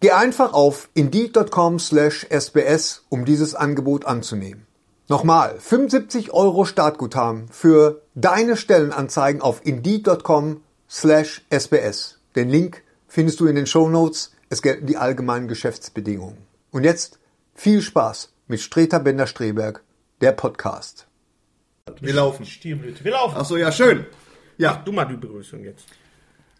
Geh einfach auf indeed.com slash sbs, um dieses Angebot anzunehmen. Nochmal, 75 Euro Startguthaben für deine Stellenanzeigen auf indeed.com slash sbs. Den Link findest du in den Shownotes. Es gelten die allgemeinen Geschäftsbedingungen. Und jetzt viel Spaß mit Streter Bender-Streberg, der Podcast. Wir laufen. Stierblüte. Wir laufen. Achso, ja, schön. Ja, Du mal die Begrüßung jetzt.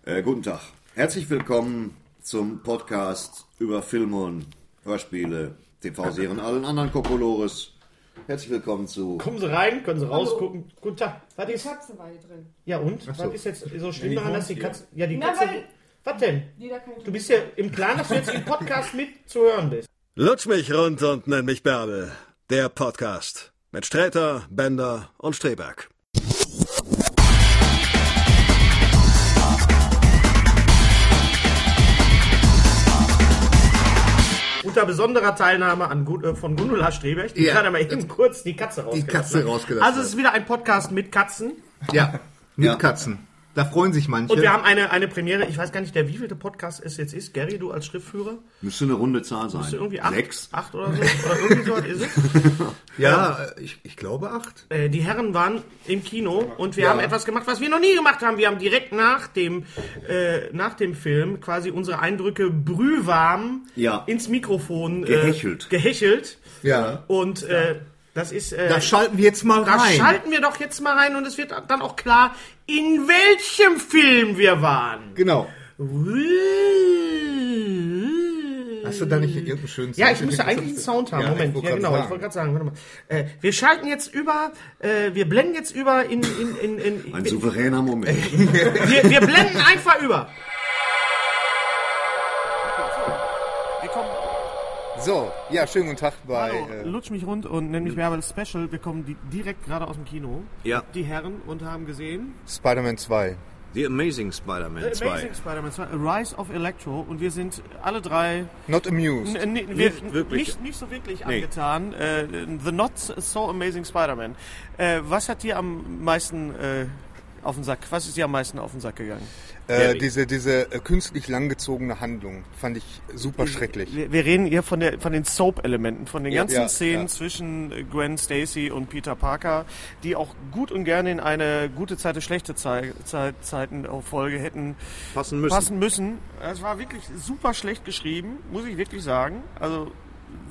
äh, guten Tag. Herzlich willkommen zum Podcast über Filme und Hörspiele, TV-Serien, allen anderen Kokolores. Herzlich willkommen zu. Kommen Sie rein, können Sie rausgucken. Guten Tag. Was Die ist? Katze war hier drin. Ja und? Was ist jetzt so schlimm daran, dass die Katze. Ja, die Na, Katze. weil- Was denn? Die da kein Du bist ja im Klaren, dass du jetzt im Podcast mit zu hören bist. Lutsch mich rund und nenn mich Bärbel. Der Podcast mit Sträter, Bender und Streberg. Unter besonderer Teilnahme an, Gun- äh, von Gundula Streberg, die Ja. gerade mal eben kurz die Katze rausgelassen Katze hat. rausgelassen Also es ist wieder ein Podcast mit Katzen. Ja, mit Ja. Katzen. Da freuen sich manche. Und wir haben eine, eine Premiere. Ich weiß gar nicht, der wievielte Podcast es jetzt ist. Gary, du als Schriftführer. Müsste eine runde Zahl sein. Bist du irgendwie acht, Sechs. acht oder so? Oder irgendwie so was ist es. ja, äh, ich, ich glaube acht. Äh, die Herren waren im Kino und wir haben etwas gemacht, was wir noch nie gemacht haben. Wir haben direkt nach dem, äh, nach dem Film quasi unsere Eindrücke brühwarm Ja. ins Mikrofon äh, Gehechelt. gehechelt. Ja. Und äh, das ist. Äh, Da schalten wir jetzt mal das rein. schalten wir doch jetzt mal rein und es wird dann auch klar, in welchem Film wir waren. genau. Hast du da nicht irgendeinen schönen Ja, Sound? ich müsste eigentlich einen Sound haben. Ja, ich Moment, wollte ja gerade genau, ich sagen. wollte gerade sagen, warte mal. Äh, wir schalten jetzt über, äh, wir blenden jetzt über in, in, in, in, Ein souveräner Moment. wir, wir blenden einfach über. Willkommen, So, ja, schönen guten Tag bei. hallo, Äh, lutsch mich rund und nenn mich Bärbel Special. Wir kommen die, direkt gerade aus dem Kino. Ja. Die Herren und haben gesehen Spider-Man 2. The Amazing Spider-Man The Amazing Spider-Man 2, Rise of Electro und wir sind alle drei Not amused. n- n- wir- Nicht wirklich. Nicht, nicht so wirklich angetan. Äh, the Not So Amazing Spider-Man. Äh, was hat dir am meisten äh, auf den Sack, was ist dir am meisten auf den Sack gegangen? Äh, diese diese äh, künstlich langgezogene Handlung fand ich super schrecklich. Wir, wir reden hier von, der, von den Soap-Elementen, von den Ja, ganzen ja, Szenen ja. zwischen äh, Gwen Stacy und Peter Parker, die auch gut und gerne in eine gute Zeit, eine schlechte Zeit, Zeit, Zeiten auf Folge hätten Passen müssen. passen müssen. Es war wirklich super schlecht geschrieben, muss ich wirklich sagen. Also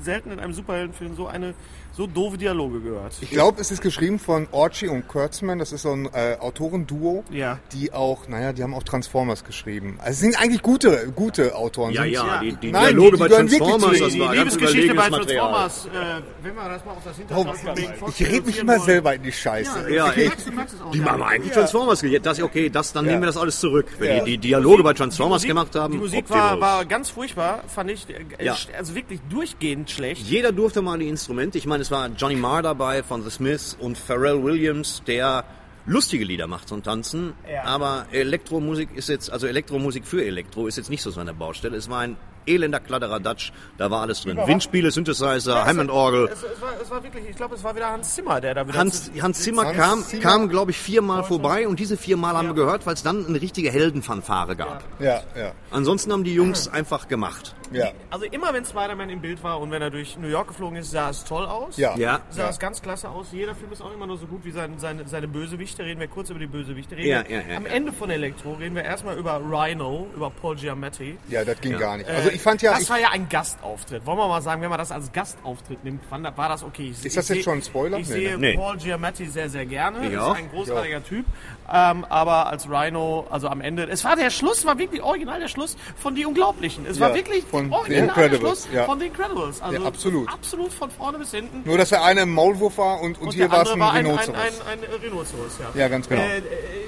selten in einem Superheldenfilm so eine so doofe Dialoge gehört. Ich glaube, es ist geschrieben von Orchie und Kurtzman. Das ist so ein äh, Autorenduo, Ja. die auch, naja, die haben auch Transformers geschrieben. Also es sind eigentlich gute, gute Autoren. Ja, sind ja, Ja. die, die Nein, Dialoge die- die bei gehören wirklich Transformers, zu- das die war ganz Liebesgeschichte überlegenes bei Material. Transformers, äh, wenn wir das mal auf das Oh, Hintergrund von wegen ich ich rede mich fortproduzieren immer wollen. selber in die Scheiße. Ja, du ey. merkst- du merkst es auch Die gar haben nicht. eigentlich Transformers gemacht. Das, okay, das, dann Ja. nehmen wir das alles zurück. Wenn Ja. die die Dialoge bei Transformers gemacht haben, Die Musik war, optimal. war ganz furchtbar, fand ich. äh, Ja. sch- Also wirklich durchgehend schlecht. Jeder durfte mal die Instrumente. Ich meine, es war Johnny Marr dabei von The Smiths und Pharrell Williams, der lustige Lieder macht zum Tanzen. Ja. Aber Elektromusik ist jetzt, also Elektromusik für Elektro ist jetzt nicht so seine Baustelle. Es war ein elender Kladderadatsch. Da war alles drin. Windspiele, Synthesizer, Hammondorgel. Es, es, war, es war wirklich, ich glaube, es war wieder Hans Zimmer, der da wieder. Hans, Hans Zimmer Hans kam, Zimmer- kam glaube ich, viermal vorbei und diese viermal haben wir gehört, weil es dann eine richtige Heldenfanfare gab. Ja, ja. Ansonsten haben die Jungs einfach gemacht. Ja. Also immer wenn Spider-Man im Bild war und wenn er durch New York geflogen ist, sah es toll aus. Ja. Ja. Sah es ganz klasse aus. Jeder Film ist auch immer nur so gut wie sein, seine, seine Bösewichte. Reden wir kurz über die Bösewichte. Reden Ja, wir, ja, ja, am ja. Ende von Elektro reden wir erstmal über Rhino, über Paul Giamatti. Ja, das ging gar nicht. Also ich fand ja, Äh, das ich, war ja ein Gastauftritt. Wollen wir mal sagen, wenn man das als Gastauftritt nimmt, fand, war das okay. Ich, Ist das ich jetzt seh- schon ein Spoiler? Ich Nee, sehe ne? Nee. Paul Giamatti sehr, sehr gerne. Ich ist auch. ein großartiger Typ. Ähm, aber als Rhino, also am Ende, es war der Schluss, war wirklich original der Schluss von Die Unglaublichen. Es Ja, war wirklich von The original der Incredibles, Schluss ja. von The Incredibles. Also Ja, absolut. Absolut von vorne bis hinten. nur dass der eine ein Maulwurf war und, und, Und hier der war es andere ein war ein, ein, Rhinoceros. ein, ein Rhinoceros, ja. Ja, ganz genau. Äh, äh,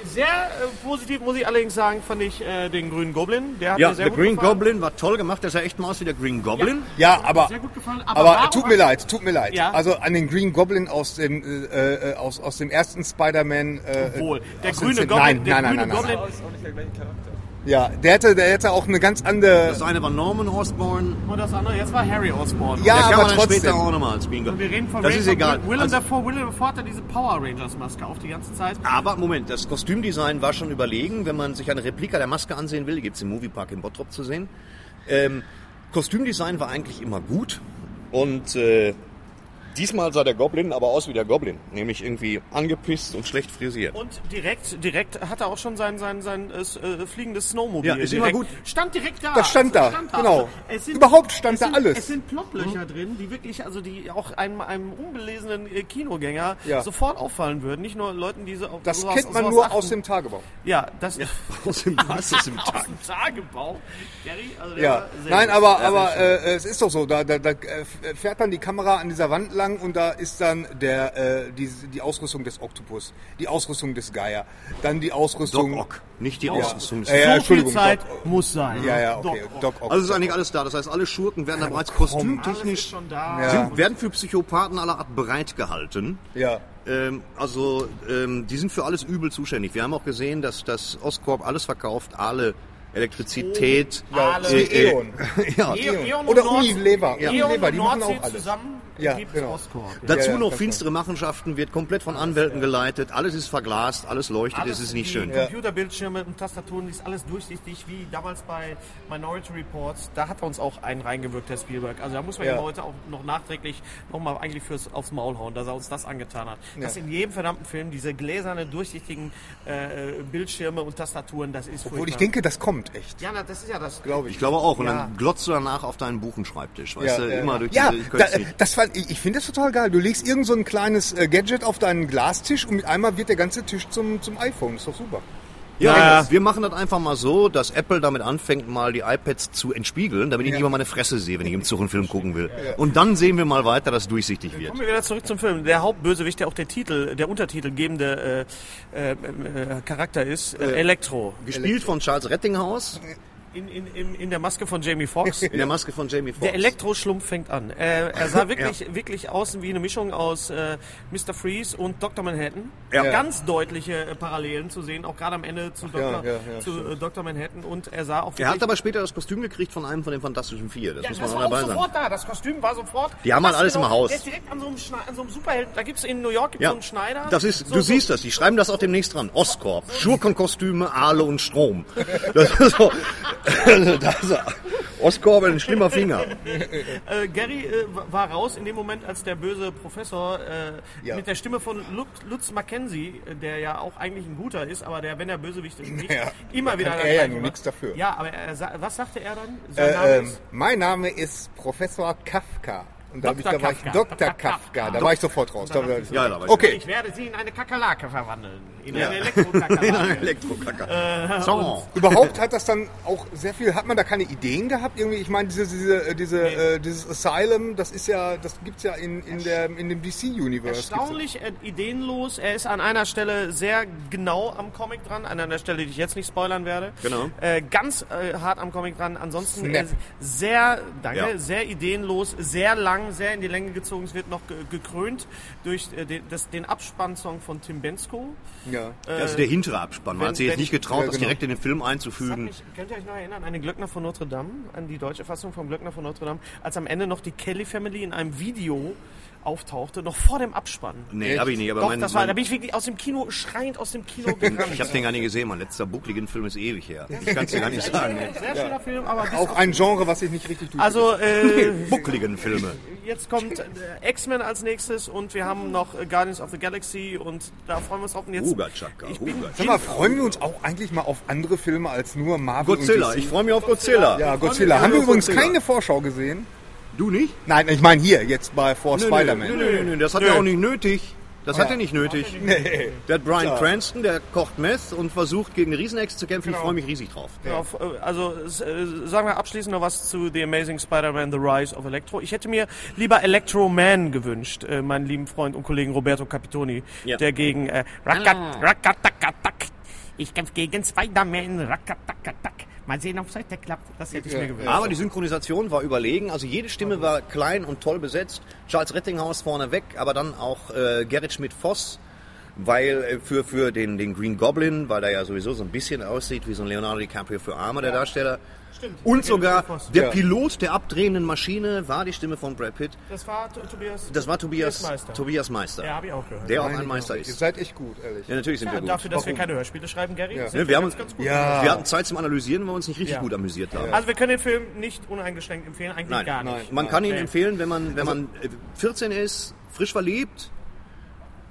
sehr äh, positiv, muss ich allerdings sagen, fand ich äh, den grünen Goblin. Der hat Ja, mir sehr der gut Green gefallen. Goblin war toll gemacht. Der sah echt mal aus wie der Green Goblin. ja, aber, Sehr gut gefallen. aber warum- tut mir leid, tut mir leid. Ja. Also an den Green Goblin aus dem äh, äh, aus, aus dem ersten Spider-Man. Äh, Wohl. Der aus dem grüne Zent- Goblin, Nein, der nein, nein, grüne nein, nein, Goblin. nein. Ja, der hätte, der hätte auch eine ganz andere. Das eine war Norman Osborn. Und Oh, das andere, jetzt war Harry Osborn. Ja, der kann aber man dann trotzdem. später auch nochmal als Green Und Goblin. wir reden von das Ray- ist von egal. Willem Also, davor, Willem davor hat er diese Power Rangers Maske auf die ganze Zeit. aber Moment, das Kostümdesign war schon überlegen. Wenn man sich eine Replika der Maske ansehen will, die gibt's im Moviepark in Bottrop zu sehen. Ähm, Kostümdesign war eigentlich immer gut. Und äh, diesmal sah der Goblin aber aus wie der Goblin. Nämlich irgendwie angepisst und schlecht frisiert. Und direkt, direkt hat er auch schon sein, sein, sein äh, äh, fliegendes Snowmobil. Ja, ist direkt. immer gut. Stand direkt da. Also, Das stand da, genau. Überhaupt stand es da sind, alles. Es sind Plotlöcher drin, die wirklich, also die auch einem, einem unbelesenen äh, Kinogänger Ja. sofort auffallen würden. Nicht nur Leuten, die so auf Das sowas- kennt man sowas nur achten. aus dem Tagebau. Ja, das ja. Aus dem, was ist im aus Tag? dem Tagebau. Gary, also der Ja, war sehr nein, gut. aber, aber äh, es ist doch so, da, da, da äh, fährt dann die Kamera an dieser Wand lang und da ist dann der, äh, die, die Ausrüstung des Oktopus, die Ausrüstung des Geier, dann die Ausrüstung... Doc Ock, nicht die Ausrüstung. Ja, ja, so Äh, Entschuldigung, viel Zeit Doc, muss sein. ne? Ja, ja, okay, Doc Ock. Doc Ock. Also ist eigentlich alles da. Das heißt, alle Schurken werden da bereits kostümtechnisch, schon da. Ja. sind, werden für Psychopathen aller Art bereit gehalten. ja, Ähm, also ähm, die sind für alles übel zuständig. Wir haben auch gesehen, dass das Oscorp alles verkauft, alle Elektrizität. Ja, äh, alles äh, Eon. ja. E- Eon und Oder Nord- Unilever, Eon Unilever, und die machen Nordsee auch alles. zusammen Ja, gibt's genau. Oscorp. Dazu Ja, ja, noch ganz finstere Machenschaften, wird komplett von Anwälten geleitet, alles ist verglast, alles leuchtet, es ist nicht die schön. Computerbildschirme und Tastaturen, die ist alles durchsichtig, wie damals bei Minority Reports. Da hat er uns auch einen reingewirkt, der Spielberg. Also da muss man ja. Ja. heute auch noch nachträglich nochmal eigentlich fürs, aufs Maul hauen, dass er uns das angetan hat. Dass in jedem verdammten Film diese gläserne, durchsichtigen äh, Bildschirme und Tastaturen, das ist obwohl ich furchtbar. denke, das kommt echt, Ja, na, das ist ja das. glaube ich. Ich glaube auch. Und Ja. dann glotzt du danach auf deinen Buchenschreibtisch, weißt du, äh, immer durch ja, diese... ich da, könnte es nicht. das fand ich, ich finde das total geil. Du legst irgend so ein kleines äh, Gadget auf deinen Glastisch und mit einmal wird der ganze Tisch zum, zum iPhone. Ist doch super. Ja, wir machen das einfach mal so, dass Apple damit anfängt, mal die iPads zu entspiegeln, damit ich nicht mal meine Fresse sehe, wenn ich im Zug einen Film gucken will. Und dann sehen wir mal weiter, dass es durchsichtig wird. Kommen wir wieder zurück zum Film. Der Hauptbösewicht, der auch der Titel, der untertitelgebende äh, äh, äh, Charakter ist, äh, Elektro. Gespielt von Charles Rettinghaus In, in, in, in der Maske von Jamie Foxx. in der Maske von Jamie Foxx. Der Elektroschlumpf fängt an. Äh, er sah wirklich, wirklich außen wie eine Mischung aus äh, Mr. Freeze und Dr. Manhattan. Ja. Ganz deutliche äh, Parallelen zu sehen, auch gerade am Ende zu, Dr. ja, ja, zu äh, Dr. Manhattan. Und er sah auch er hat wirklich- aber später das Kostüm gekriegt von einem von den Fantastischen Vier. Das ja, muss das man war auch auch dabei sagen. sofort da. Das Kostüm war sofort. Die haben halt Das alles im genau- Haus. Der ist direkt an so einem, Schne- an so einem Superhelden. Da gibt's in New York gibt's Ja, so einen Schneider. das ist, so, du so, siehst das, die schreiben das auch demnächst dran. Oscorp, Schurkenkostüme, Aale und Strom. Das ist so, das ist, Oscorp ein schlimmer Finger. Äh, Gary äh, wa- war raus in dem Moment, als der böse Professor äh, Ja. mit der Stimme von Lutz, Lutz Mackenzie, äh, der ja auch eigentlich ein guter ist, aber der, wenn er Bösewicht ist, nicht, Naja, immer da wieder... kann das er ja Gleiche nun macht. nichts dafür. Ja, aber er, sa- was sagte er dann? Sein Name Ähm, ist... mein Name ist Professor Kafka. Und da, hab ich, Dr. da war ich Kafka. Dr. Kafka. Da war ich sofort raus. Da, war ich- Ja, da war ich- okay. Ich werde sie in eine Kakerlake verwandeln. In Ja. eine Elektrokakerlake. Äh, Elektrokacker. So. Überhaupt hat das dann auch sehr viel, hat man da keine Ideen gehabt? Irgendwie, ich meine, diese, diese, äh, diese, äh, dieses Asylum, das ist ja, das gibt's ja in, in, der, in dem DC-Universe. Erstaunlich äh, ideenlos. Er ist an einer Stelle sehr genau am Comic dran, an einer Stelle, die ich jetzt nicht spoilern werde. Genau. Äh, ganz äh, hart am Comic dran. Ansonsten äh, Snap. sehr, danke, Ja. sehr ideenlos, sehr lang, sehr in die Länge gezogen. Es wird noch ge gekrönt durch äh, den, das, den Abspannsong von Tim Bensko. Ja. Das ist Also der hintere Abspann. Man wenn- hat sich jetzt wenn- nicht getraut, Ja, das genau. direkt in den Film Das hat einzufügen. mich, könnt ihr euch noch erinnern an den Glöckner von Notre Dame, an die deutsche Fassung vom Glöckner von Notre Dame, als am Ende noch die Kelly Family in einem Video auftauchte, noch vor dem Abspann. Nee, habe ich nicht. Aber Doch, mein, das war, da mein, bin ich wirklich aus dem Kino, schreiend aus dem Kino gegangen. ich habe den gar nicht gesehen. Mein letzter Buckligen-Film ist ewig her. Ich kann es dir gar nicht sagen. ne? Sehr schöner Film, aber bis Auch ein Genre, was ich nicht richtig tue. also äh, Buckligen-Filme. jetzt kommt äh, X-Men als nächstes und wir haben noch äh, Guardians of the Galaxy und da freuen wir uns auf und jetzt Huga Chaka, Ich bin- Huga Sag mal, freuen wir uns auch eigentlich mal auf andere Filme als nur Marvel Godzilla, und ich DC? freue mich auf Godzilla. Ja, Godzilla. Ja, Haben wir übrigens Godzilla. keine Vorschau gesehen? Du nicht? Nein, ich meine hier, jetzt bei vor Spider-Man. Nö, nö, nö, das hat er auch nicht nötig. Das hat er nicht nötig. Der hat Brian Cranston, der kocht Meth und versucht gegen eine Riesenex zu kämpfen. Ich freue mich riesig drauf. Auf, äh, also s- äh, sagen wir abschließend noch was zu The Amazing Spider-Man, The Rise of Electro. Ich hätte mir lieber Electro Man gewünscht, äh, meinen lieben Freund und Kollegen Roberto Capitoni, Ja. der gegen äh, Rackat, Rackatakatak. Ich kämpfe gegen Spider-Man, Rackatakatak. Mal sehen, ob es heute klappt. Das hätte ich mir gewünscht. Aber die Synchronisation war überlegen. Also jede Stimme war klein und toll besetzt. Charles Rettinghaus vorne weg, aber dann auch äh, Gerrit Schmidt-Voss, weil äh, für, für den, den Green Goblin, weil der ja sowieso so ein bisschen aussieht wie so ein Leonardo DiCaprio für Arme, der Darsteller. Stimmt. Und sogar der Pilot der abdrehenden Maschine war die Stimme von Brad Pitt. Das war T- Tobias. Das war Tobias Tobias Meister. Meister. Tobias Meister ja, habe ich auch gehört. der auch ein Meister Ihr ist. seid echt gut, ehrlich. Ja, natürlich sind wir Ja, gut. dafür, dass wir keine Hörspiele schreiben, Gary. sind Ne, wir, haben, ganz, ganz gut. Ja. wir hatten Zeit zum Analysieren, weil wir uns nicht richtig gut amüsiert haben. Also wir können den Film nicht uneingeschränkt empfehlen, eigentlich Nein, gar nicht. man kann ihn Nee. empfehlen, wenn man, wenn man äh, 14 ist, frisch verliebt.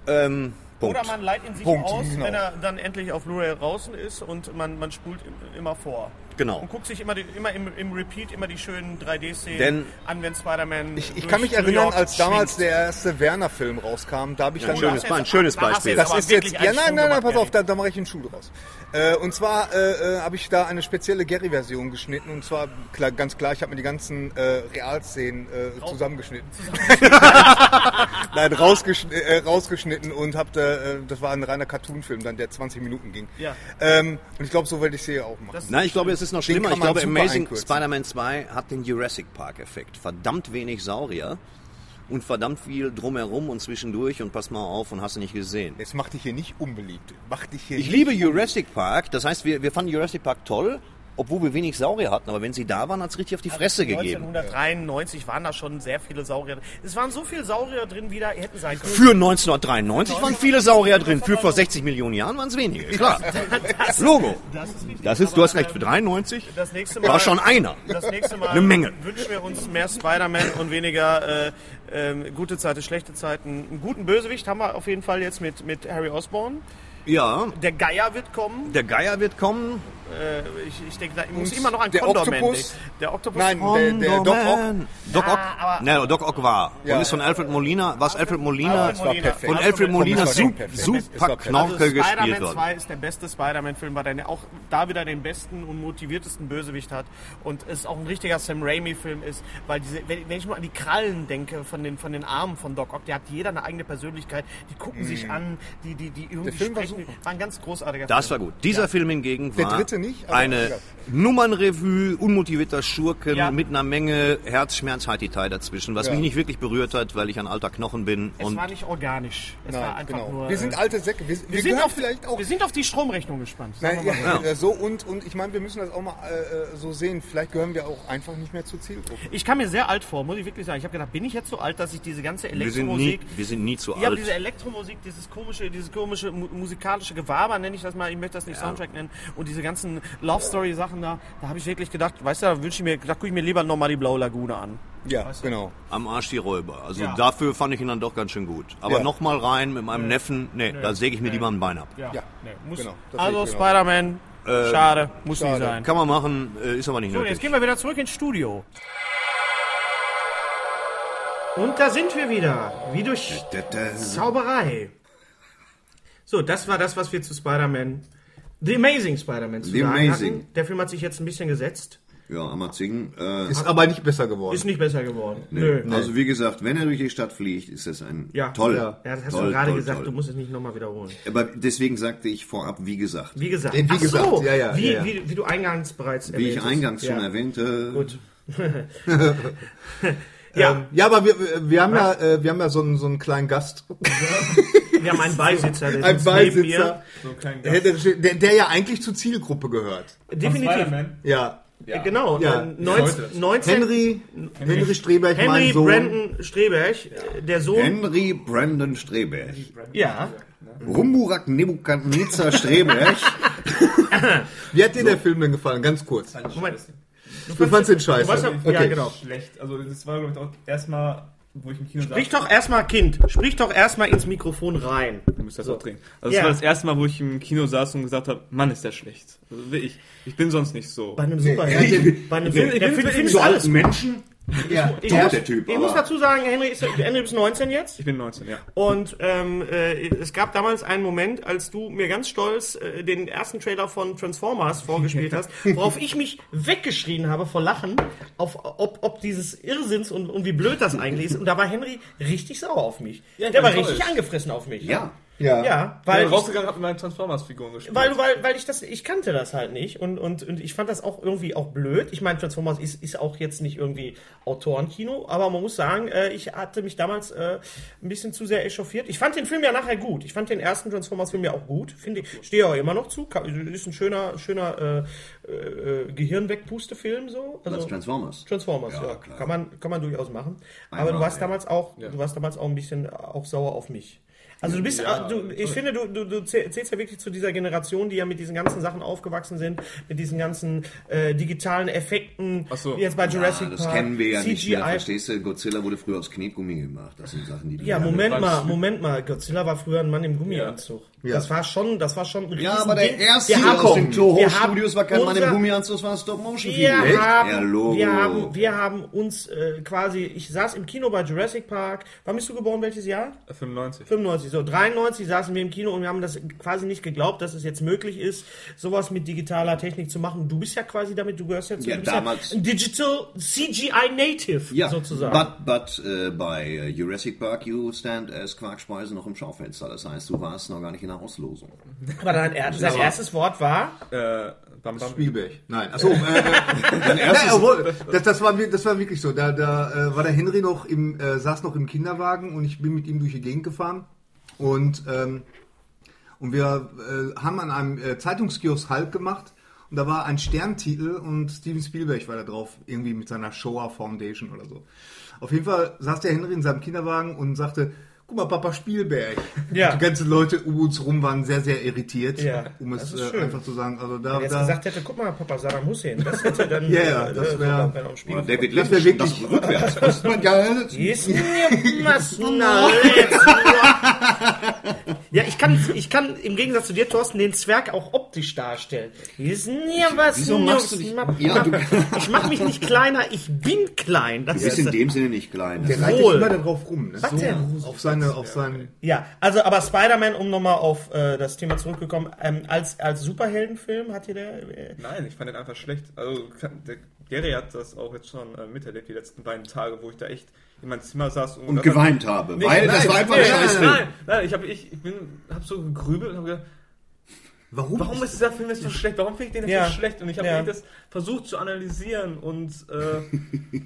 Ähm, Punkt. Oder man leiht ihn sich Punkt, aus, genau. wenn er dann endlich auf Blu-ray draußen ist und man, man spult im- immer vor. Genau. Und guckt sich immer, die, immer im, im Repeat immer die schönen 3D-Szenen Denn- an, wenn Spider-Man. Ich, ich durch kann mich New erinnern, York als damals schwingt. der erste Werner-Film rauskam, da habe ich dann Da schönes hast du war ein jetzt- schönes da hast du Beispiel. jetzt Das aber ist jetzt. wirklich Ja, einen nein, Sprung nein, nein, gemacht, pass auf, Gary. da, da mache ich einen Schuh draus. Äh, und zwar äh, äh, habe ich da eine spezielle Gary-Version geschnitten. Und zwar klar, ganz klar, ich habe mir die ganzen äh, Realszenen äh, zusammengeschnitten. nein, rausgeschn äh, rausgeschnitten und habe da, äh, das war ein reiner Cartoon-Film, dann der 20 Minuten ging. Ja. Ähm, und ich glaube, so werde ich sie auch machen. Nein, ich glaube, es ist noch Den schlimmer. kann Ich man glaube, super Amazing einkürzen. Spider-Man 2 hat den Jurassic Park-Effekt. Verdammt wenig Saurier und verdammt viel drumherum und zwischendurch und pass mal auf und hast du nicht gesehen. Jetzt mach dich hier nicht unbeliebt. Mach dich hier Ich nicht liebe Jurassic Park. Das heißt, wir, wir fanden Jurassic Park toll, obwohl wir wenig Saurier hatten. Aber wenn sie da waren, hat es richtig auf die Fresse gegeben. 1993 waren da schon sehr viele Saurier. drin. Es waren so viele Saurier drin, wie da hätten sein können. Für 1993 waren viele Saurier drin. Für vor 60 Millionen Jahren waren es wenige. Klar. Logo. Das ist, du hast recht, für 93 Das nächste Mal, war schon einer. das nächste Mal Eine Menge. wünschen wir uns mehr Spider-Man und weniger äh, ähm, gute Zeiten, schlechte Zeiten. Einen guten Bösewicht haben wir auf jeden Fall jetzt mit, mit Harry Osborn. Ja, Der Geier wird kommen. Äh, der Geier wird kommen. Ich, ich denke, da muss immer noch ein der Condorman. Oktopus? Der Oktopus. Nein, der, der Doc Ock. Doc Ock, Ah, aber- ne, Doc Ock war. Und ist von Alfred Molina, was Alfred Molina Alfred Molina. perfekt. von Alfred Molina Das war super, perfekt. Das war super perfekt. Knorke gespielt Also Spider-Man worden. 2 ist der beste Spider-Man-Film, weil der auch da wieder den besten und motiviertesten Bösewicht hat und es auch ein richtiger Sam Raimi-Film ist, weil diese, wenn, wenn ich mal an die Krallen denke von den, von den Armen von Doc Ock, der hat jeder eine eigene Persönlichkeit, die gucken sich an, die, die, die irgendwie Mhm. Film war sprechen, war ein ganz großartiger Das war Film. gut. Dieser Film hingegen war dritte nicht, aber eine ja. Nummernrevue, unmotivierter Schurken Ja. mit einer Menge Herzschmerz, Heititei dazwischen, was Ja. mich nicht wirklich berührt hat, weil ich ein alter Knochen bin. Es und war nicht organisch. Es war Nein, einfach genau. nur. Wir sind äh, alte Säcke. Wir, wir, wir, sind gehören auf, vielleicht auch wir sind auf die Stromrechnung gespannt. Nein, wir ja, mal mal so. ja, so und und ich meine, wir müssen das auch mal äh, äh, so sehen. Vielleicht gehören wir auch einfach nicht mehr zur Zielgruppe. Ich kam mir sehr alt vor, muss ich wirklich sagen. Ich habe gedacht, bin ich jetzt so alt, dass ich diese ganze wir, sind nie, Elektromusik. wir sind nie zu Ja, aber alt. diese Elektromusik, dieses komische, dieses komische mu musikalische Gewaber, nenne ich das mal, ich möchte das nicht Soundtrack nennen, und diese ganzen Love Story Sachen da, da habe ich wirklich gedacht, weißt du, da wünsche ich mir, da gucke ich mir lieber nochmal die blaue Lagune an. Ja, genau. Am Arsch die Räuber. Also Ja. dafür fand ich ihn dann doch ganz schön gut. Aber Ja. noch nochmal rein mit meinem Neffen, nee, da säge ich mir lieber ein Bein ab. Ja, muss, genau, das also sehe ich genau. Spider-Man, schade, muss nicht schade. sein. Kann man machen, äh, ist aber nicht So, nötig. jetzt gehen wir wieder zurück ins Studio. Und da sind wir wieder, wie durch Zauberei. So, das war das, was wir zu Spider-Man, The Amazing Spider-Man zu The sagen Amazing. hatten. Der Film hat sich jetzt ein bisschen gesetzt. Ja, Amazing. Äh, Ist aber nicht besser geworden. Ist nicht besser geworden. Nö. Also wie gesagt, wenn er durch die Stadt fliegt, ist das ein Ja. toll. Ja, das hast toll, du gerade toll, gesagt, toll. du musst es nicht nochmal wiederholen. Aber deswegen sagte ich vorab, wie gesagt. Wie gesagt. Wie Ach gesagt, so, ja, ja, wie, ja, ja. Wie, wie du eingangs bereits Wie ich hast. eingangs schon ja. erwähnte. Gut. ja, Ja, aber wir, wir haben ja, äh, wir haben ja so einen, so einen kleinen Gast. wir haben einen Beisitzer, der Ein sitzt neben Beisitzer. mir. Äh, So kein Der, der, der ja eigentlich zur Zielgruppe gehört. Von Definitiv. Spider-Man? Ja. Äh, Genau, Ja. äh, 19, 19 Henry, Henry Streberg, Henry mein Sohn. Brandon Streberg, äh, der Sohn. Henry Brandon Streberg. ja. Rumburak Nebukadnezar Streberg. Wie hat dir der Film denn gefallen? Ganz kurz. Moment. Du fandst den scheiße. Du warst ja- Ja, Okay. genau. Schlecht. Also das war, glaube ich, auch erstmal, wo ich im Kino Sprich saß. doch erstmal, Kind, sprich doch erstmal ins Mikrofon rein. Du musst das auch drehen. Also das Ja. war das erste Mal, wo ich im Kino saß und gesagt habe, Mann, ist der schlecht. Also ich, ich bin sonst nicht so. Bei einem Superhelden. Bei einem bin- ich der bin Film für findet so alles. alten Menschen. Ja. Ich, Tot, muss- der Typ, ich muss aber- dazu sagen, Henry ist, Henry ist 19 jetzt. Ich bin 19, ja. Und ähm, äh, es gab damals einen Moment, als du mir ganz stolz äh, den ersten Trailer von Transformers vorgespielt hast, worauf ich mich weggeschrien habe vor Lachen, auf, ob, ob dieses Irrsinns und, und wie blöd das eigentlich ist. Und da war Henry richtig sauer auf mich. der war richtig angefressen auf mich. Ja. Ja. Ja, Ich weil bin rausgegangen, habe mit meinen Transformers-Figuren gespielt. weil, weil, weil ich das, ich kannte das halt nicht und, und, und ich fand das auch irgendwie auch blöd. Ich meine, Transformers ist, ist auch jetzt nicht irgendwie Autorenkino, aber man muss sagen, äh, ich hatte mich damals äh, ein bisschen zu sehr echauffiert. Ich fand den Film ja nachher gut. Ich fand den ersten Transformers-Film ja auch gut. Finde ich, stehe auch immer noch zu. Ka- Ist ein schöner, schöner äh, äh, Gehirnwegpuste-Film so. Das Also, ist Transformers. Transformers, ja, klar. kann man kann man durchaus machen. Einmal, Aber du warst ey. damals auch, du warst damals auch ein bisschen auch sauer auf mich. Also du bist, äh, du, ich finde, du, du, du zäh- zählst ja wirklich zu dieser Generation, die ja mit diesen ganzen Sachen aufgewachsen sind, mit diesen ganzen äh, digitalen Effekten. Ach so. Wie Jetzt bei Jurassic Ja, das Park, kennen wir ja CGI. nicht mehr, verstehst du? Godzilla wurde früher aus Knetgummi gemacht. Das sind Sachen, die du Ja, lernst. Moment weiß. mal, Moment mal. Godzilla war früher ein Mann im Gummianzug. Ja. Das war schon, das war schon ein Ja, aber der Riesending. erste Wir haben- aus den wir haben Toho-Studios war kein Mann im unser- Gummianzug, das war ein Stop-Motion-Figur. Wir haben, ja, Logo. wir, haben, wir haben uns äh, quasi, ich saß im Kino bei Jurassic Park. Wann bist du geboren? Welches Jahr? Äh, 95. 95. So, 93 saßen wir im Kino und wir haben das quasi nicht geglaubt, dass es jetzt möglich ist, sowas mit digitaler Technik zu machen. Du bist ja quasi damit, du gehörst ja zu Ja, du bist damals- ein Digital CGI Native ja, sozusagen. But, but äh, bei äh, Jurassic Park you stand as Quarkspeise noch im Schaufenster. Das heißt, du warst noch gar nicht in der Auslosung. Aber dein, er, sein erstes Wort war, Äh, Bam Bam. Spielberg. Nein, achso. Äh, Nein, obwohl, das, das, war, wir- das war wirklich so. Da, da äh, war der Henry noch im, äh, saß noch im Kinderwagen und ich bin mit ihm durch die Gegend gefahren. Und, ähm, und wir äh, haben an einem äh, Zeitungskiosk Halt gemacht. Und da war ein Sterntitel und Steven Spielberg war da drauf, irgendwie mit seiner Shoah Foundation oder so. Auf jeden Fall saß der Henry in seinem Kinderwagen und sagte, guck mal, Papa Spielberg. Ja. Die ganzen Leute um uns rum waren sehr, sehr irritiert, Ja, um das es ist äh, schön. einfach zu sagen. Also da, der jetzt da, gesagt hätte, guck mal, Papa Saddam Hussein. Das hätte dann, Ja, ja, äh, das so, wär- wenn er im Spiel Oder David Das wär Lynch, wirklich- rückwärts. Das ist mein Geil. Ist mir was Neues. Ja, ich kann, ich kann im Gegensatz zu dir, Thorsten, den Zwerg auch optisch darstellen. Ist mir was Wieso machst du dich- Neues. Ja, du- ich mach mich nicht kleiner, ich bin klein. Das Du bist in dem Sinne nicht klein. Das Der ist reitet Wohl. immer darauf rum. Ne? So, denn? Auf seine, auf seinen. Ja, also aber Spider-Man, um nochmal auf äh, das Thema zurückgekommen, ähm, als, als Superheldenfilm hat hier der... Äh, Nein, ich fand den einfach schlecht. Also kann- der Gary hat das auch jetzt schon äh, miterlebt, die letzten beiden Tage, wo ich da echt in meinem Zimmer saß und, und geweint habe. weil nein, das war einfach ein nein, nein, Scheißfilm. nein, nein, ich habe ich, ich bin, hab so gegrübelt und habe gedacht, Warum? warum ist dieser Film jetzt so schlecht? Warum finde ich den jetzt Ja. so schlecht? Und ich habe Ja. das versucht zu analysieren und äh,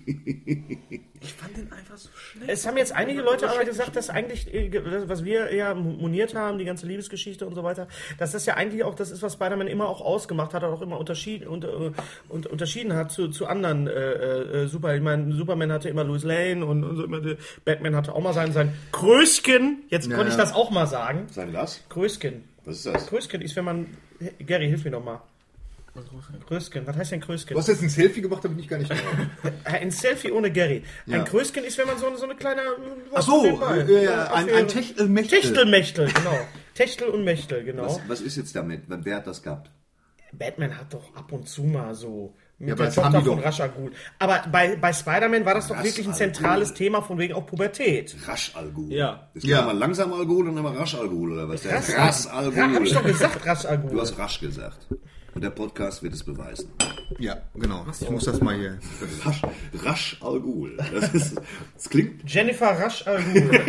ich fand den einfach so schlecht. Es haben jetzt einige Leute aber gesagt, dass eigentlich, äh, ge- das, was wir ja moniert haben, die ganze Liebesgeschichte und so weiter, dass das ja eigentlich auch das ist, was Spider-Man immer auch ausgemacht hat, und auch immer unterschied, und, äh, und unterschieden hat zu, zu anderen äh, äh, Super. Ich meine, Superman hatte immer Louis Lane und, und so immer, die- Batman hatte auch mal sein, sein Krösken. Jetzt konnte ich ja. das auch mal sagen. Sein Lass? Krösken. Was ist das? Krösken ist, wenn man. Gary, hilf mir doch mal. Krösken, was heißt denn Krösken? Du hast jetzt ein Selfie gemacht, da bin ich gar nicht mehr. Ein Selfie ohne Gary. Ein Ja. Krösken ist, wenn man so, eine- so eine kleine. um Ach so, äh, ein, ein Technik. Techtelmechtel. Techtelmechtel, genau. Techtel und Mechtel, genau. Was, was ist jetzt damit? Wer hat das gehabt? Batman hat doch ab und zu mal so mit Ja, aber der das haben Tochter die von doch. Rashagul. Aber bei, bei Spider-Man war das doch Ra's wirklich ein al zentrales Ghul. Thema von wegen auch Pubertät. Rasch Alkohol. Ja. Es gibt Ja. einmal langsam Alkohol und einmal rasch Alkohol oder was? Der Rasch- Rass Ja, hab ich doch Alkohol. gesagt, Du Rashagul. hast rasch gesagt. Und der Podcast wird es beweisen. Ja, genau. Ich muss das mal hier. Rasch, rasch Alkohol. Das, ist, das klingt Jennifer Rashagul,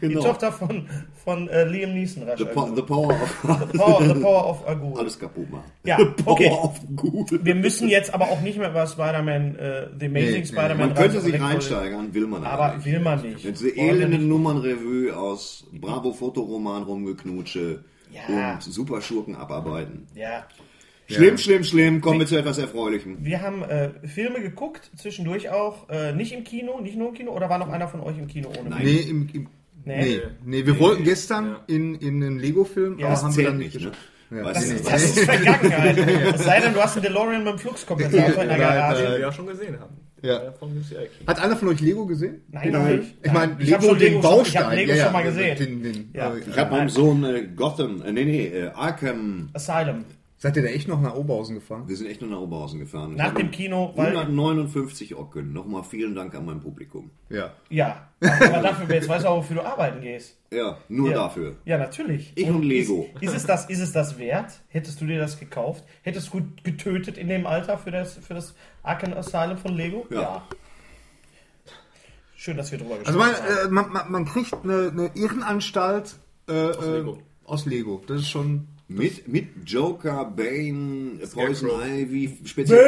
die genau. Tochter von, von äh, Liam Neeson The, po Rashagul. the power of Power, the Power of Agul. alles kaputt machen. Ja, the power okay. of Ghoul. Wir müssen jetzt aber auch nicht mehr über Spider-man, äh, The Amazing Nee, nee. Spider-Man Man könnte Rise of sich Electro- reinsteigern, will man aber Aber nicht. will man nicht. Wenn Wollen diese wir elende nicht. Nummernrevue aus Bravo Fotoroman rumgeknutsche Ja. und Superschurken abarbeiten. Ja. Schlimm, schlimm, schlimm. Kommen wir zu etwas Erfreulichem. Wir haben äh, Filme geguckt, zwischendurch auch, äh, nicht im Kino, nicht nur im Kino, oder war noch einer von euch im Kino ohne mich? Nee, im, im, nee. Nee. nee, wir wollten gestern in, in einen Lego-Film, Ja, aber das haben wir Zählt dann nicht nicht, ne? geschafft. Weiß ich nicht. Das ist Vergangenheit. Es sei denn, du hast einen DeLorean mit einem Fluxkompensator in der Nein, Die Garage. wir ja schon gesehen haben. Ja. Äh, Vom UCI King. Hat einer von euch Lego gesehen? Nein, nicht. Ich meine, Nein. Ich hab Lego, schon den Lego schon- ich Baustein. hab Lego schon mal gesehen. Den, den, Ja. äh, Ich habe meinem Sohn äh, Gotham, äh, nee, nee, äh, Arkham. Asylum. Seid ihr da echt noch nach Oberhausen gefahren? Wir sind echt nur nach Oberhausen gefahren. Nach dem Kino, weil. 159 Ocken. Nochmal vielen Dank an mein Publikum. Ja. Ja. Aber dafür, jetzt weißt du auch, wofür du arbeiten gehst. Ja, nur Ja. dafür. Ja, natürlich. Ich und Lego. Ist es, das, ist es das wert? Hättest du dir das gekauft? Hättest du gut getötet in dem Alter für das, für das Arkham Asylum von Lego? Ja. Schön, dass wir drüber Also gesprochen man, haben. äh, man, man, man kriegt eine, eine Irrenanstalt äh, aus, Lego. aus Lego. Das ist schon... Mit, mit Joker, Bane, Poison Ivy, speziell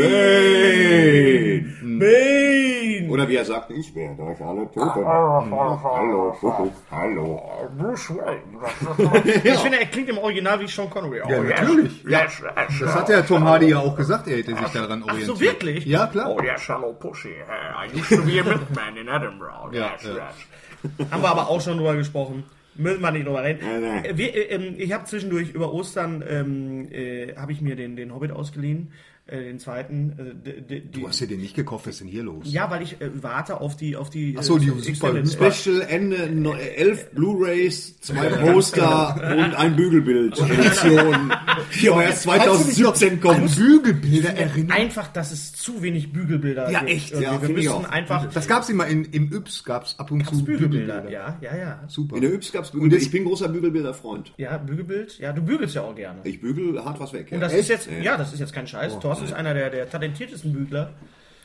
Bane. Bane. Bane! Oder wie er sagt, ich werde euch alle töten. Hallo, Kuckuck, hallo. Ich finde, er klingt im Original wie Sean Connery. Oh, Ja, natürlich. Ja. Das hat der Tom Hardy ja auch gesagt, er hätte sich daran orientiert. so, wirklich? Ja, klar. Oh yes, hello pussy. Uh, I used to be a milkman in Edinburgh. Ja, Yes, ja. yes. Haben wir aber auch schon drüber gesprochen. Müssen wir nicht drüber reden. Nein, nein. Wir, äh, ähm, ich habe zwischendurch über Ostern ähm, äh, habe ich mir den, den Hobbit ausgeliehen, äh, den zweiten. Äh, d- d- die, Du Oh, hast dir den nicht gekauft, was ist denn hier los? ja, weil ich äh, warte auf die auf die. äh, Ach so, die super- super- Special Ende, no, elf Blu-Rays, zwei Poster und ein Bügelbild. Edition, die aber erst 2017 An kommt. Bügelbilder erinnern. Einfach, dass es zu wenig Bügelbilder Ja, gibt. echt, Irgendwie. ja, wir find ich müssen auch. einfach Das gab's immer in, im Yps, gab's ab und zu Bügelbilder. Bügelbilder. Ja, ja, ja. Super. In der Yps gab's Und Bügelbilder. jetzt- Ich bin großer Bügelbilder-Freund. Ja, Bügelbild. Ja, du bügelst ja auch gerne. Ich bügel hart was weg. Und ja. das ist jetzt, ja, das ist jetzt kein Scheiß. Thorsten ist einer der, der talentiertesten Bügler.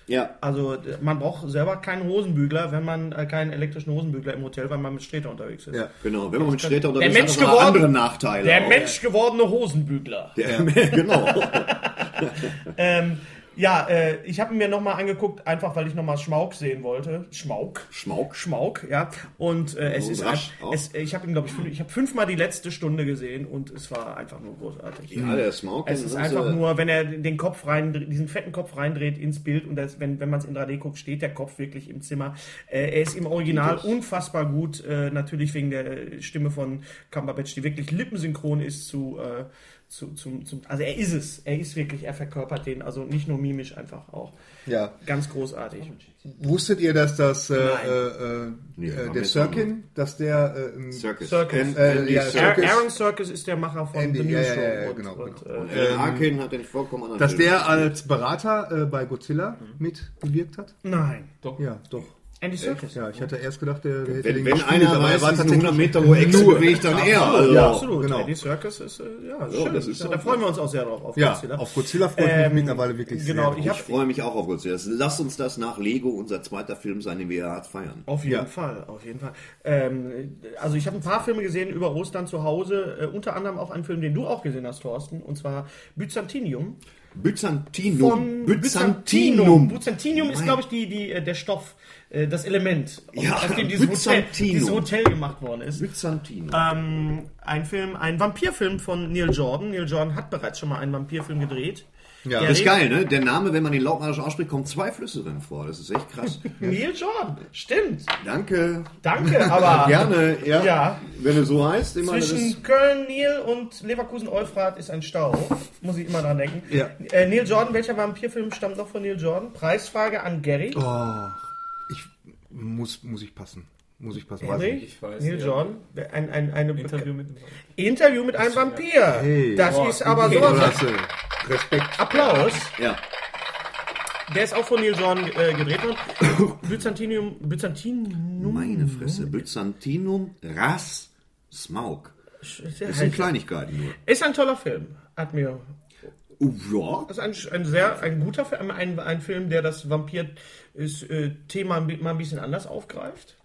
Ja. Also d- man braucht selber keinen Hosenbügler, wenn man äh, keinen elektrischen Hosenbügler im Hotel, weil man mit Sträter unterwegs ist. Ja. Genau, wenn man mit Städter Der unterwegs Mensch ist, hat das noch geworden. andere Nachteile. Der auch. Mensch gewordene Hosenbügler. Der, genau. Ja, äh, ich habe mir nochmal angeguckt, einfach weil ich nochmal Schmauk sehen wollte. Schmauk. Schmauk. Schmauk, ja. Und äh, es So ist ein, Oh, rasch auch. es, ich habe ihn, glaube ich, fünf, ich habe fünfmal die letzte Stunde gesehen und es war einfach nur großartig. Ja, der Smaug. Es den ist haben einfach sie- nur, wenn er den Kopf rein, diesen fetten Kopf reindreht ins Bild und das, wenn, wenn man es in 3D guckt, steht der Kopf wirklich im Zimmer. Äh, er ist im Original unfassbar gut, äh, natürlich wegen der Stimme von Cumberbatch, die wirklich lippensynchron ist zu, äh, zu zum, zum, also er ist es, er ist wirklich, er verkörpert den, also nicht nur mimisch einfach auch. Ja. Ganz großartig. Wusstet ihr, dass das äh, Nein. äh, äh, Nee, äh, haben der wir jetzt auch Sirkin, dass der äh, im- Circus. Circus. Circus. Äh, Andy ja, Circus. Circus. Aaron Circus ist der Macher von Andy, The News ja, ja, Show. ja, und, genau, und, genau. Äh, Alan Arkin hat den vollkommen anderen dass Film. der als Berater äh, bei Godzilla mitgewirkt hat? nein. Ja, doch. Andy Circus. Ja, ich hatte erst gedacht, der, der hätte Wenn, den wenn gespielt, einer aber er weiß, war dass ein tatsächlich- 100 Meter hohe Echse bewegt, dann er. Also. Ja, Absolut, genau. Andy Circus ist, äh, ja, schön. das ist da, so. da freuen wir uns auch sehr drauf. Auf Ja, Godzilla. auf Godzilla freue ich Ähm, mich mittlerweile wirklich Genau, sehr. ich Ich habe freue mich auch auf Godzilla. Lass uns das nach Lego unser zweiter Film sein, den wir hart feiern. auf jeden Ja. Fall, auf jeden Fall. Ähm, also ich habe ein paar Filme gesehen über Ostern zu Hause, äh, unter anderem auch einen Film, den du auch gesehen hast, Thorsten, und zwar Byzantinium. Byzantinum. Byzantinum. Byzantinum ist, glaube ich, die, die, äh, der Stoff, äh, das Element, aus- Ja, aus dem dieses Hotel, Byzantinum. dieses Hotel gemacht worden ist. Byzantinum. Ähm, ein Film, ein Vampirfilm von Neil Jordan. Neil Jordan hat bereits schon mal einen Vampirfilm gedreht. Ja, das ist geil, ne? Der Name, wenn man den lautmalerisch ausspricht, kommen zwei Flüsse drin vor. Das ist echt krass. Neil Jordan, stimmt. Danke. Danke, aber Gerne, ja. Ja. Wenn du so heißt, immer das ist- zwischen Köln, Nil und Leverkusen Euphrat ist ein Stau. Muss ich immer dran denken. Ja. Äh, Neil Jordan, welcher Vampirfilm stammt noch von Neil Jordan? Preisfrage an Gary. Ich muss, muss ich passen. Muss ich passen. Henry? Ich weiß, Neil ja. Jordan, ein, ein eine Interview mit dem Interview mit einem Vampir. Das ist aber sowas. Klasse. Respekt. Applaus. Ja. Der ist auch von Neil Jordan äh, gedreht worden. Byzantinium, Byzantinum. Meine Mhm. Fresse. Byzantinum, Ras, Smaug. Das sind Kleinigkeiten nur. Ist ein toller Film. Hat mir Uh, ja. Das ist ein, ein sehr ein guter Film, ein, ein Film, der das Vampir-Thema mal ein bisschen anders aufgreift.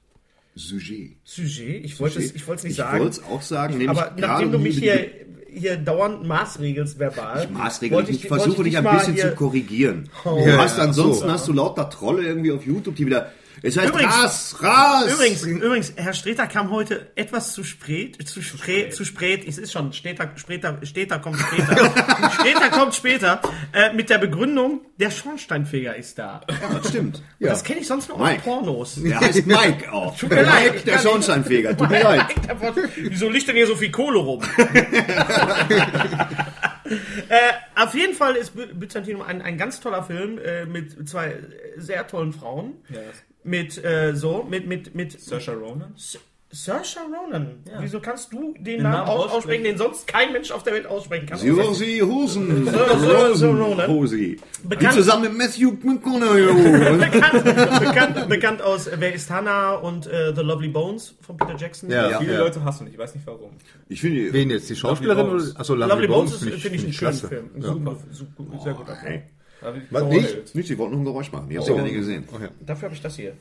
Sujet. Sujet, ich wollte es ich wollte es nicht Ich sagen. wollte es auch sagen, nämlich aber gerade um nachdem du mich die- hier, hier dauernd maßregelst verbal. die Maßregeln. Ich, wollte ich versuche wollte dich ein mal bisschen hier- zu korrigieren. Oh. Du Ja, hast ja, ansonsten so. hast du lauter Trolle irgendwie auf YouTube, die wieder Es heißt Übrigens- Ras, Ras! Übrigens, übrigens, Herr Streter kam heute etwas zu spät, zu spät, zu spät. Es ist schon Streter, Streter, Streter kommt später. Streter kommt später äh, mit der Begründung, der Schornsteinfeger ist da. Ja, das stimmt. Das kenne ich sonst nur aus Mike. Pornos. Der heißt Mike auch. Tut mir leid, Mike, ich der kann Schornsteinfeger. Tut mir leid. Wieso liegt denn hier so viel Kohle rum? äh, auf jeden Fall ist By- Byzantinum ein, ein ganz toller Film äh, mit zwei sehr tollen Frauen. Mit äh, so, mit, mit, mit Saoirse Ronan? Saoirse Ronan. Wieso kannst du den, Den Namen, aus- Namen aussprechen, aussprechen, den sonst kein Mensch auf der Welt aussprechen kann? Josi Hosen. so, so, Roland. Hosi. Die Bekannt- zusammen mit Matthew McConaughey. bekannt, bekannt, bekannt aus äh, Wer ist Hannah und äh, The Lovely Bones von Peter Jackson. Ja, Viele ja. Leute hassen ihn, ich weiß nicht warum. Ich finde, Wen jetzt? Die Schauspielerin? Bones. oder- Achso, Lovely Bones ist- finde finde ich einen schönen klasse. Film. Ein Ja. Super, super, sehr guter Film. Da hab ich Was, geheult. nicht? nicht, sie wollten noch ein Geräusch machen. Ich habe sie gar nicht gesehen. Dafür habe ich das hier.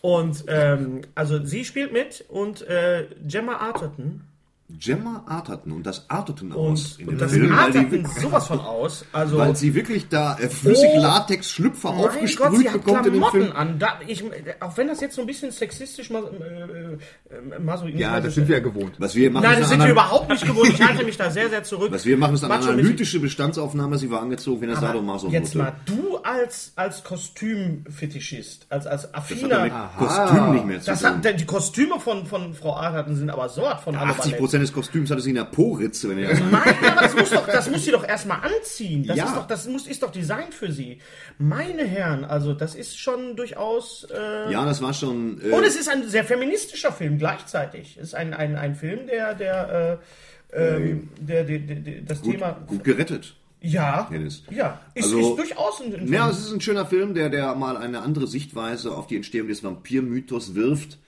Und ähm, also sie spielt mit und äh, Gemma Arterton. Gemma arteten und das arteten aus Und, in und dem das Film, weil, Arterton die, sowas von aus. Also weil sie wirklich da äh, flüssig Oh. Latex-Schlüpfer mein Gott, aufgesprüht sie hat bekommt in dem Klamotten Film. an. Da, ich, auch wenn das jetzt so ein bisschen sexistisch mas, äh, äh, masochinistisch Ja, das sind wir ja gewohnt. Was wir machen, Nein, das ist sind eine wir anal- überhaupt nicht gewohnt. Ich halte mich da sehr, sehr zurück. was wir machen, ist eine Macho-mäßig. analytische Bestandsaufnahme. Sie war angezogen wie eine sadomaso Jetzt mal, du als, als Kostümfetischist, als, als Das hat Affiner. mit Kostüm nicht mehr zu Das tun. hat, denn die Kostüme von, von Frau Arterton sind aber sowas von alle 80 Ballett. Prozent des Kostüms hatte sie in der Po-Ritze, wenn ihr das sagt. Nein, aber das muss doch, das muss sie doch erstmal anziehen. Das Ja. ist doch, das muss, ist doch Design für sie. Meine Herren, also das ist schon durchaus. Äh, Ja, das war schon. Äh, Und es ist ein sehr feministischer Film gleichzeitig. Es ist ein, ein, ein Film, der, der, äh, ähm, der, der, der, der das gut, Thema. gut gerettet. Ja. Dennis. Ja. Ist, Also- ist durchaus ein, ein Ja, es ist ein schöner Film, der, der mal eine andere Sichtweise auf die Entstehung des Vampirmythos wirft.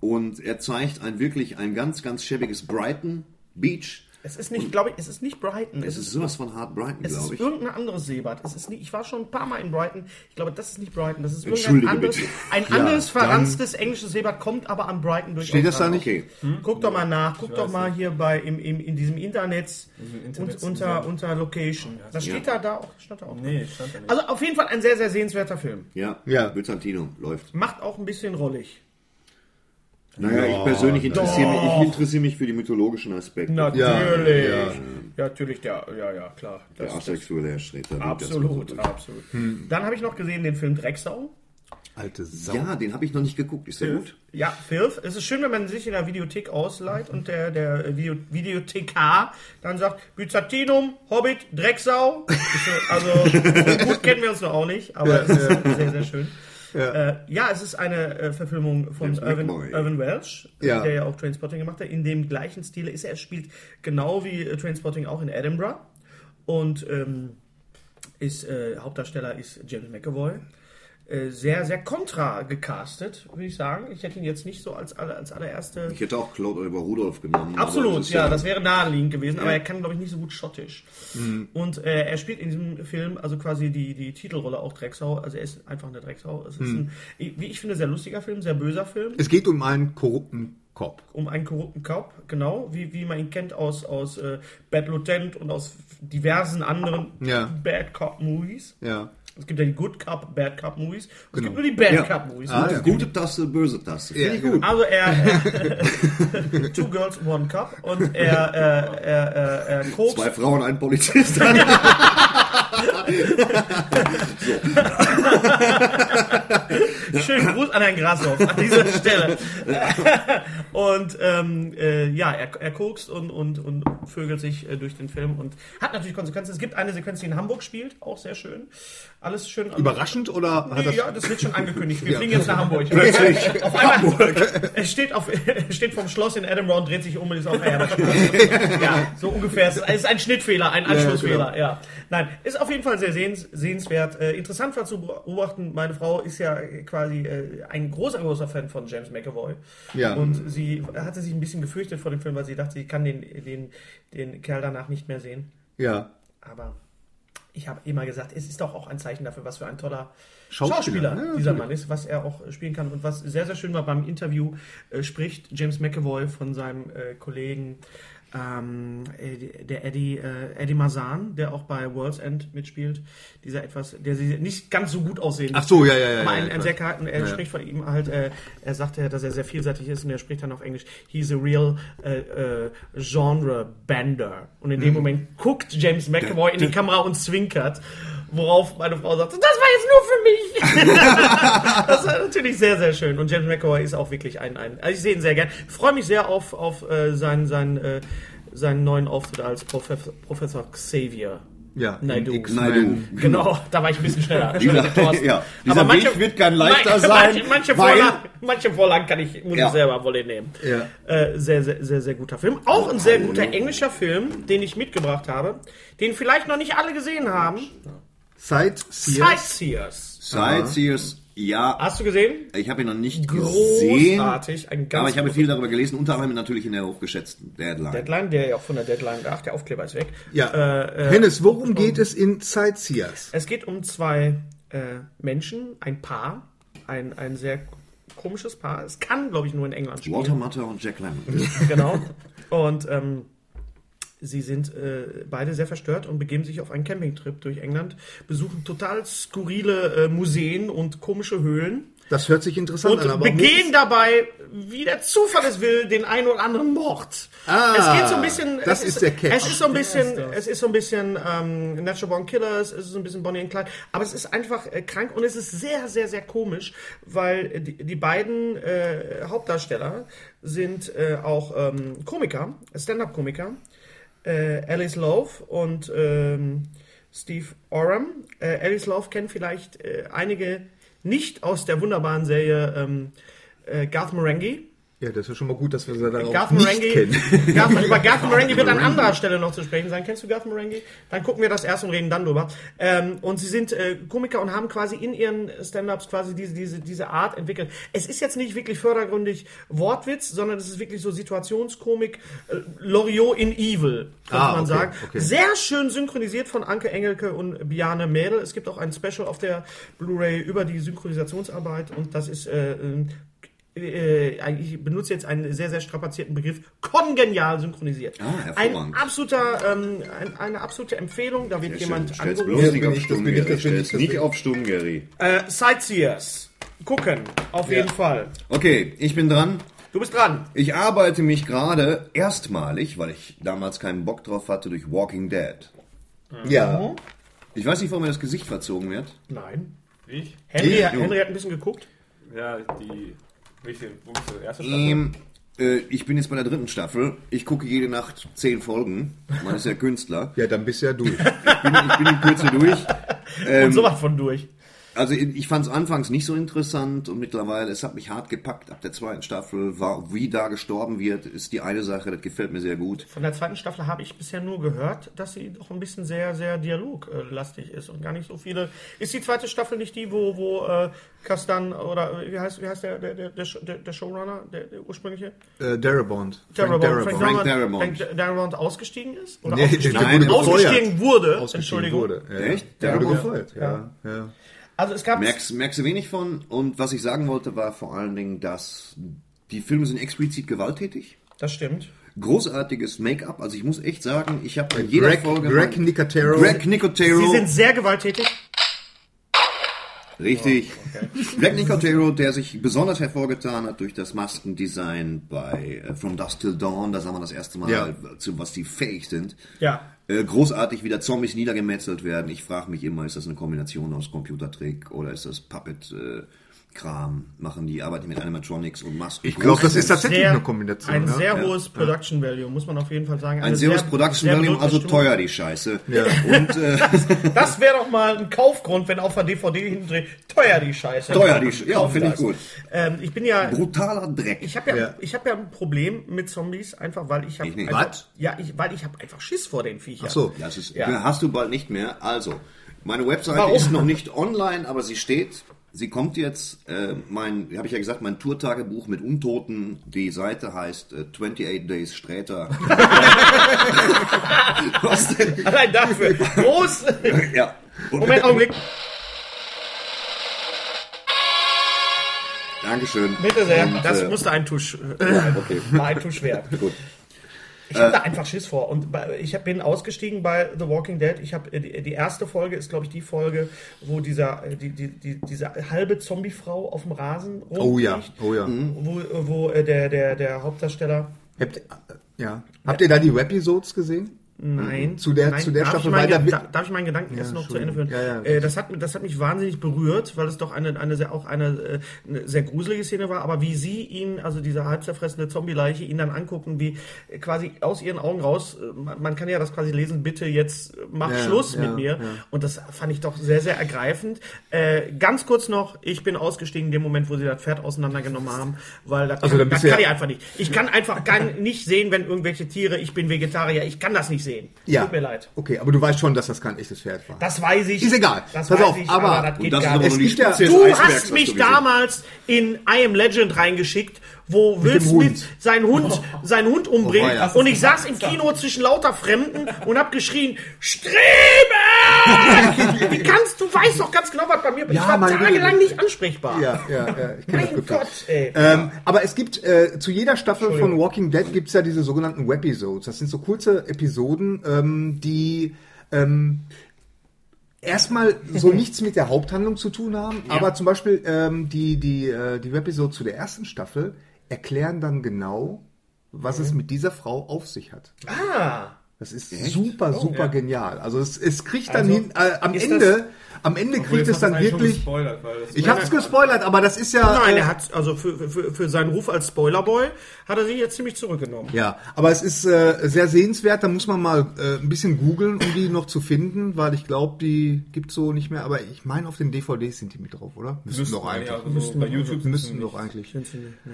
Und er zeigt ein wirklich ein ganz, ganz schäbiges Brighton Beach. Es ist nicht, glaube ich, es ist nicht Brighton. Es ist sowas von Hart Brighton, Es ist glaube ich. irgendein anderes Seebad. Es ist nicht, ich war schon ein paar Mal in Brighton. Ich glaube, das ist nicht Brighton. Das ist irgendein Entschuldige anderes, bitte. ein anderes verranztes englisches Seebad kommt aber an Brighton durch. Steht das da nicht? Okay. Guck doch mal nach. Guck doch mal hier bei im, im, in diesem Internet, und, Internet- unter unter Location. Das steht da da auch. Stand da auch. Nee, stand da nicht. Also auf jeden Fall ein sehr sehr sehenswerter Film. Ja, Ja. Byzantinum läuft. Macht auch ein bisschen rollig. Naja, ich persönlich interessiere mich, ich interessiere mich für die mythologischen Aspekte. Natürlich. Ja, natürlich der. Ja ja klar. Das, der asexuelle Herr Schreter. absolut absolut. Dann habe ich noch gesehen den Film Drecksau. Alte Sau. Ja, den habe ich noch nicht geguckt. Ist der gut? Ja, Filth. Es ist schön, wenn man sich in der Videothek ausleiht und der, der äh, Video, Videothekar dann sagt, Byzantinum, Hobbit, Drecksau. Ist so- Also so gut kennen wir uns noch auch nicht, aber es ist sehr, sehr schön. Ja. Äh, ja, es ist eine äh, Verfilmung von Irvin, McMurray. Irvin Welsh, äh, Ja. der ja auch Trainspotting gemacht hat. In dem gleichen Stile ist er. Er spielt genau wie äh, Trainspotting auch in Edinburgh. Und ähm, ist, äh, Hauptdarsteller ist James McAvoy äh, sehr, sehr kontra gecastet, würde ich sagen. Ich hätte ihn jetzt nicht so als, aller- als allererste. Ich hätte auch Claude Oliver Rudolph genommen. aber Absolut, das ist ja, das wäre naheliegend gewesen, aber er kann, glaube ich, nicht so gut schottisch. Mhm. Und äh, er spielt in diesem Film also quasi die, die Titelrolle auch Drecksau, also er ist einfach eine Drecksau. Es ist Mhm. ein, wie ich finde, sehr lustiger Film, sehr böser Film, Es geht um einen korrupten Korb. um einen korrupten Kaub, genau, wie, wie man ihn kennt aus, aus äh, Bad Lieutenant und aus diversen anderen Ja. Bad Cop Movies. Ja. Es gibt ja die Good Cup, Bad Cup Movies. Es Genau. gibt nur die Bad Ja. Cup Movies. Ah, ja. Gute Tasse, böse Tasse. Finde Ja, ich genau. gut. Also er Two Girls One Cup und er äh, er er, er kokst, Zwei Frauen, ein Polizist. schönen Gruß an Herrn Grashoff an dieser Stelle. und ähm, äh, ja, er, er kokst und, und, und vögelt sich äh, durch den Film und hat natürlich Konsequenzen. Es gibt eine Sequenz, die in Hamburg spielt, auch sehr schön. Alles schön. Überraschend oder hat das. ja, das wird schon angekündigt. Wir Ja. fliegen jetzt nach Hamburg. Plötzlich. Auf einmal, Es steht, auf, es steht vom Schloss in Edinburgh und dreht sich um und ist auf der Herbergstraße. ja, so ungefähr. Es ist ein Schnittfehler, ein genau. Anschlussfehler. Ja, Nein, ist auf jeden Fall sehr sehens, sehenswert. Äh, interessant war zu beobachten, meine Frau ist ja äh, quasi äh, ein großer, großer Fan von James McAvoy. Ja. Und sie hatte sich ein bisschen gefürchtet vor dem Film, weil sie dachte, sie kann den, den, den Kerl danach nicht mehr sehen. Ja. Aber ich habe immer gesagt, es ist doch auch ein Zeichen dafür, was für ein toller Schauspieler, Schauspieler, ne? dieser Mann ist, was er auch spielen kann. Und was sehr, sehr schön war beim Interview, äh, spricht James McAvoy von seinem äh, Kollegen ähm, Eddie- der Eddie, äh, Eddie Mazan, der auch bei World's End mitspielt, dieser etwas, der sie nicht ganz so gut aussehen Ach so, ja, Äh, ja, ja. aber ja, ein, ich ein weiß. sehr charakter, er Ja, ja. spricht von ihm halt, äh, er sagt ja, dass er sehr vielseitig ist und er spricht dann auf Englisch, he's a real äh, äh, genre bender. Und in dem Moment guckt James McAvoy in die Kamera und zwinkert, worauf meine Frau sagt, das war jetzt nur für mich. das war natürlich sehr, sehr schön. Und James McAvoy ist auch wirklich ein, ein also ich sehe ihn sehr gern. Freue mich sehr auf, auf äh, seinen, seinen, äh, seinen neuen Auftritt als Professor, Professor Xavier. Ja, Naidu. Nein, du. Genau, da war ich ein bisschen schneller. Entschuldige, Thorsten. ja, dieser Aber Weg wird kein leichter sein, Manche, manche, weil- Vorlagen, manche Vorlagen kann ich, muss Ja. ich selber wohl nehmen. Ja. Äh, sehr, sehr, sehr, sehr guter Film. Auch ein sehr guter englischer Film, den ich mitgebracht habe, den vielleicht noch nicht alle gesehen haben. Sightseers. Sightseers. Sightseers, ja. Hast du gesehen? Ich habe ihn noch nicht gesehen, aber Großartig. Ein ganz ich habe großer viel darüber gelesen, unter anderem natürlich in der hochgeschätzten Deadline. Deadline, der ja auch von der Deadline, ach, der Aufkleber ist weg. Ja. Äh, Hennes, um- worum geht es in Sightseers? Es geht um zwei äh, Menschen, ein Paar, ein, ein sehr komisches Paar. Es kann, glaube ich, nur in England spielen. Walter Matter und Jack Lemmon. genau. Und ähm, sie sind äh, beide sehr verstört und begeben sich auf einen Campingtrip durch England, besuchen total skurrile äh, Museen und komische Höhlen Das hört sich interessant an, und aber begehen dabei, wie der Zufall es will, den einen oder anderen Mord. Ah, es geht so ein bisschen. das es ist der Catch. Es ist so ein bisschen, es ist so ein bisschen ähm, Natural Born Killers, es ist so ein bisschen Bonnie and Clyde, aber es ist einfach äh, krank und es ist sehr, sehr, sehr komisch, weil äh, die, die beiden äh, Hauptdarsteller sind äh, auch ähm, Komiker, Stand-up-Komiker äh, Alice Love und ähm, Steve Oram. Äh, Alice Love kennen vielleicht äh, einige nicht aus der wunderbaren Serie ähm, äh, Garth Marenghi. Ja, das ist schon mal gut, dass wir sie darauf Garth Äh, nicht kennen. Marenghi, Garth, über Garth Marenghi wird an anderer Stelle noch zu sprechen sein. Kennst du Garth Marenghi? Dann gucken wir das erst und reden dann drüber. Ähm, und sie sind äh, Komiker und haben quasi in ihren Stand-Ups quasi diese, diese, diese Art entwickelt. Es ist jetzt nicht wirklich fördergründig Wortwitz, sondern es ist wirklich so Situationskomik, äh, Loriot in Evil, könnte Ah, man okay, sagen. okay. Sehr schön synchronisiert von Anke Engelke und Biane Mädel. Es gibt auch ein Special auf der Blu-ray über die Synchronisationsarbeit und das ist äh, ähm, äh, ich benutze jetzt einen sehr, sehr strapazierten Begriff, kongenial synchronisiert. Ah, ein hervorragend. absoluter, ähm, ein, eine absolute Empfehlung, da wird jemand Stell's angerufen. bloß nicht auf Stumm, Gary. Stell's nicht auf Stumm, Gary. Äh, Sightseers, gucken, auf jeden Fall. Okay, ich bin dran. Du bist dran. Ich arbeite mich gerade erstmalig, weil ich damals keinen Bock drauf hatte, durch Walking Dead. Ja. Ich weiß nicht, warum mir das Gesicht verzogen wird. Nein. Ich? Henry, Ich? Henry hat ein bisschen geguckt. Ja, die. Welche? Wo bist du? Erste Staffel? Ähm, äh, ich bin jetzt bei der dritten Staffel. Ich gucke jede Nacht zehn Folgen. Man ist ja Künstler. Ja, dann bist du Äh, ja du. Ich bin, ich bin in Kürze durch. Ähm, Und sowas von durch. Also ich fand es anfangs nicht so interessant und mittlerweile, es hat mich hart gepackt. Ab der zweiten Staffel war, wie da gestorben wird, ist die eine Sache, das gefällt mir sehr gut. Von der zweiten Staffel habe ich bisher nur gehört, dass sie doch ein bisschen sehr, sehr dialoglastig ist und gar nicht so viele. Ist die zweite Staffel nicht die, wo, wo äh, Kastan oder äh, wie heißt, wie heißt der, der, der, der, Sh- der, der Showrunner, der, der ursprüngliche? äh, Darabont. Darabont. Frank Darabont, Darabont. Frank Darabont ausgestiegen ist? Oder Nee, ausgestiegen, der wurde ausgestiegen wurde? Ausgestiegen Entschuldigung. wurde. Ja. Echt? Der wurde Darabont? gefeuert, ja. ja. Also es gab. Merkst, merkst du wenig von. Und was ich sagen wollte, war vor allen Dingen, dass die Filme sind explizit gewalttätig. Das stimmt. Großartiges Make-up. Also ich muss echt sagen, ich habe in jeder Greg, Folge... Greg mein- Nicotero. Greg Nicotero. Sie sind sehr gewalttätig. Richtig. Greg Nicotero, der sich besonders hervorgetan hat durch das Maskendesign bei äh, From Dusk Till Dawn. Da sah man das erste Mal, Ja. zu was die fähig sind. Ja. Äh, Großartig, wie da Zombies niedergemetzelt werden. Ich frage mich immer, ist das eine Kombination aus Computertrick oder ist das Puppet-Kram? Machen die, arbeiten die mit Animatronics und Masken? Ich glaube, das ist tatsächlich Sehr, eine Kombination. ein ne? sehr hohes Production Value, muss man auf jeden Fall sagen. Ein Eine Serious sehr- Production sehr Value, also bedrückte Stimmung. teuer die Scheiße. Ja. Und äh, Das wäre doch mal ein Kaufgrund, wenn auf der DVD hinten drin teuer die Scheiße. teuer die Scheiße. Ja, Kauf finde ich das. gut. Ähm, ich bin ja, Brutaler Dreck. ich habe ja, Ja. ich habe ja ein Problem mit Zombies, einfach weil ich habe, Ich nicht. einfach, ja, ich, weil ich habe einfach Schiss vor den Viechern. Ach so. Das ist, Ja. Hast du bald nicht mehr. Also, meine Webseite Warum? ist noch nicht online, aber sie steht. Sie kommt jetzt, äh, mein, habe ich ja gesagt, mein Tourtagebuch mit Untoten. Die Seite heißt äh, 28 Days Sträter. Was denn? Allein dafür. Groß. Ja. Moment, Augenblick. Dankeschön. Bitte sehr. Und, Das äh, musste ein Tusch, also- Okay. war ein Tusch wert. Gut. Ich habe da einfach Schiss vor. Und bei, ich hab, bin ausgestiegen bei The Walking Dead. Ich habe die, die erste Folge ist, glaube ich, die Folge, wo dieser äh, die, die, die, diese halbe Zombie-Frau auf dem Rasen Oh ja, rumkriecht, oh ja. wo, äh, wo äh, der, der, der Hauptdarsteller Habt, ihr- ja. Habt ihr da die Webisodes gesehen? Nein. Zu der- nein, zu der darf Staffel ich meinen weiter- Ge- da- Darf ich meinen Gedanken erst noch zu Ende Entschuldigung. führen? Ja, ja, äh, das, hat, das hat mich wahnsinnig berührt, weil es doch eine, eine sehr, auch eine, äh, eine sehr gruselige Szene war. Aber wie sie ihn, also diese halb zerfressene Zombie-Leiche, ihn dann angucken, wie äh, quasi aus ihren Augen raus, äh, man, man kann ja das quasi lesen, bitte jetzt äh, mach Ja, Schluss ja, mit mir. ja. Und das fand ich doch sehr, sehr ergreifend. Äh, ganz kurz noch, ich bin ausgestiegen in dem Moment, wo sie das Pferd auseinandergenommen haben, weil das, Also, dann das bist du kann ja- ich einfach nicht. Ich kann einfach kann nicht sehen, wenn irgendwelche Tiere, ich bin Vegetarier, ich kann das nicht sehen. Tut mir leid. Okay, aber du weißt schon, dass das kein echtes Pferd war. Das weiß ich. Ist egal. Das Pass weiß auf, ich, aber- aber, das und geht das ist gar aber Es noch nicht. gibt nicht ja- Spitze des Du Eisbergs, hast mich hast du gesehen. damals in I Am Legend reingeschickt, wo Will dem Smith Hund. seinen Hund, seinen Hund umbringt. Oh, ja. und ich saß im Kino zwischen lauter Fremden und hab geschrien, Streben! Wie kannst du, weißt doch ganz genau, was bei mir Ja, Ich war mein tagelang Gott. nicht ansprechbar. Ja, ja, ja. Ich kenn das Mein gut. Gott, ey. Ähm, aber es gibt äh, zu jeder Staffel von Walking Dead gibt's ja diese sogenannten Webisodes. Das sind so kurze Episoden, ähm, die ähm, erstmal so nichts mit der Haupthandlung zu tun haben, aber zum Beispiel ähm, die, die, äh, die Webisode zu der ersten Staffel erklären dann genau, was es mit dieser Frau auf sich hat. Mhm. Ah, Oh. Das ist super, super genial. Also es, es kriegt dann Also, hin, äh, am ist Ende, am Ende kriegt es dann wirklich. Gespoilert, weil das Ich hab's gespoilert, aber das ist ja. nein, äh, er hat, also für, für, für seinen Ruf als Spoilerboy hat er sich jetzt ziemlich zurückgenommen. Ja, aber es ist äh, sehr sehenswert. Da muss man mal äh, ein bisschen googeln, um die noch zu finden, weil ich glaube, die gibt's so nicht mehr. Aber ich meine, auf den DVDs sind die mit drauf, oder? Müssen doch eigentlich. Ja, also bei YouTube Müssen doch eigentlich.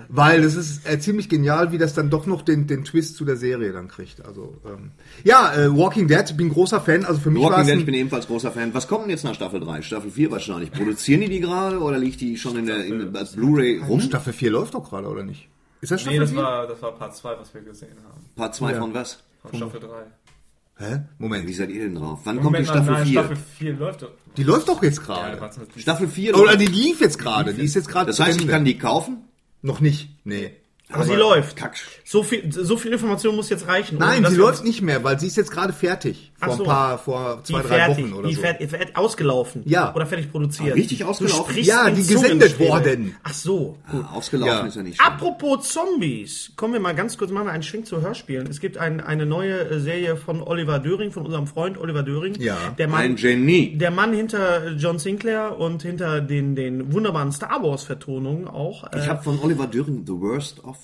Weil das ist äh, ziemlich genial, wie das dann doch noch den, den Twist zu der Serie dann kriegt. Also ähm, ja, äh, Walking Dead, bin großer Fan. Also für mich war Walking es Dead, ich ein, bin ebenfalls großer Fan. Was kommt denn jetzt nach Staffel 3? Staffel 4 wahrscheinlich. Produzieren die die gerade oder liegt die schon in der, in der als Blu-ray rum? Staffel 4 läuft doch gerade, oder nicht? Ist das Nee, Staffel das 4? war, das war Part 2, was wir gesehen haben. Part 2 von was? Von Staffel 3. Hä? Wie Moment, seid ihr denn drauf? Wann kommt die Staffel nein, 4? Staffel 4 läuft doch. die läuft doch jetzt Ja, gerade. warte, das- Staffel 4? Oder die lief jetzt gerade. Die ist jetzt gerade. das zu heißt, ich Ende. kann die kaufen? noch nicht. Nee. Aber, sie läuft. Kack. So viel, so viel Information muss jetzt reichen. ohne Also, Nein, dass sie wir- läuft nicht mehr, weil sie ist jetzt gerade fertig. Ach Vor so. ein paar, vor zwei, die drei fertig, Wochen oder die so. fertig, fertig, ausgelaufen. Ja. Oder fertig produziert. Ah, richtig ausgelaufen? Du sprichst Ja, in die Zungen, gesendet Schwede. worden. Ah, Ach so, gut. Ah, Ausgelaufen Ja. ist ja nicht. Apropos Zombies, kommen wir mal ganz kurz, machen wir einen Schwing zu Hörspielen. Es gibt ein, eine neue äh, Serie von Oliver Döring, von unserem Freund Oliver Döring. Ja. Der Mann, Ein Genie. der Mann hinter äh, John Sinclair und hinter den, den wunderbaren Star Wars Vertonungen auch. Äh, Ich habe von Oliver Döring The Worst of.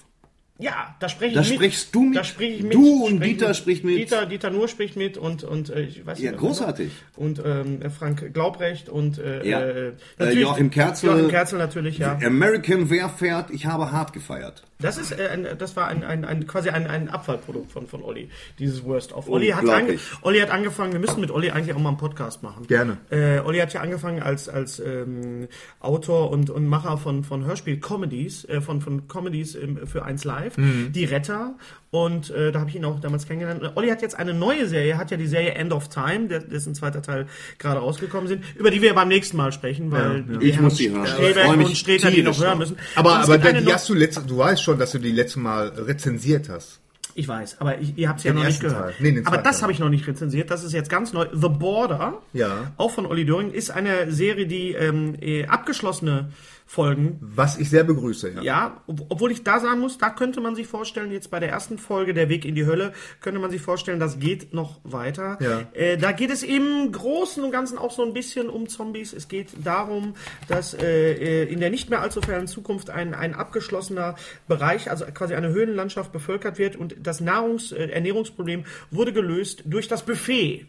ja, da spreche ich Da mit. sprichst du mit. Da spreche ich mit. Du und Spreche ich Dieter spricht mit. Dieter, Dieter Nur spricht mit und, und äh, ich weiß Ja, nicht. großartig. und ähm, Frank Glaubrecht und äh, Ja. äh, Äh, Joachim Kerzel. Joachim Kerzel natürlich, ja. American Wehrpferd, ich habe hart gefeiert. Das ist äh, ein, das war ein, ein, ein quasi ein, ein Abfallprodukt von, von Olli, dieses Worst of. Olli hat, ange, Unglaublich. Olli hat angefangen, wir müssen mit Olli eigentlich auch mal einen Podcast machen. Gerne. Äh, Olli hat ja angefangen als, als ähm, Autor und, und Macher von, von Hörspiel-Comedies, äh, von, von Comedies im, für 1 Live, Mhm. Die Retter. Und äh, da habe ich ihn auch damals kennengelernt. Äh, Olli hat jetzt eine neue Serie, hat ja die Serie End of Time, der, dessen zweiter Teil gerade rausgekommen sind, über die wir beim nächsten Mal sprechen, weil wir Ich haben muss sie hören. Ich freu Streberg mich und Streter, die noch tierisch hören drauf. müssen. Aber, Und es aber gibt der, eine die neue- hast du letzte, du weißt schon, dass du die letzte Mal rezensiert hast. Ich weiß, aber ich, ihr habt es ja Den noch nicht ersten gehört. Teil. Nee, den aber zweiten das Teil. habe ich noch nicht rezensiert. Das ist jetzt ganz neu. The Border, Ja. auch von Olli Döring, ist eine Serie, die ähm, eh, abgeschlossene Folgen. Was ich sehr begrüße, ja. Ja, ob, obwohl ich da sagen muss, da könnte man sich vorstellen, jetzt bei der ersten Folge, Der Weg in die Hölle, könnte man sich vorstellen, das geht noch weiter. Ja. Äh, da geht es im Großen und Ganzen auch so ein bisschen um Zombies. Es geht darum, dass äh, äh, in der nicht mehr allzu fernen Zukunft ein, ein abgeschlossener Bereich, also quasi eine Höhlenlandschaft bevölkert wird und das Nahrungs-, äh, Ernährungsproblem wurde gelöst durch das Buffet.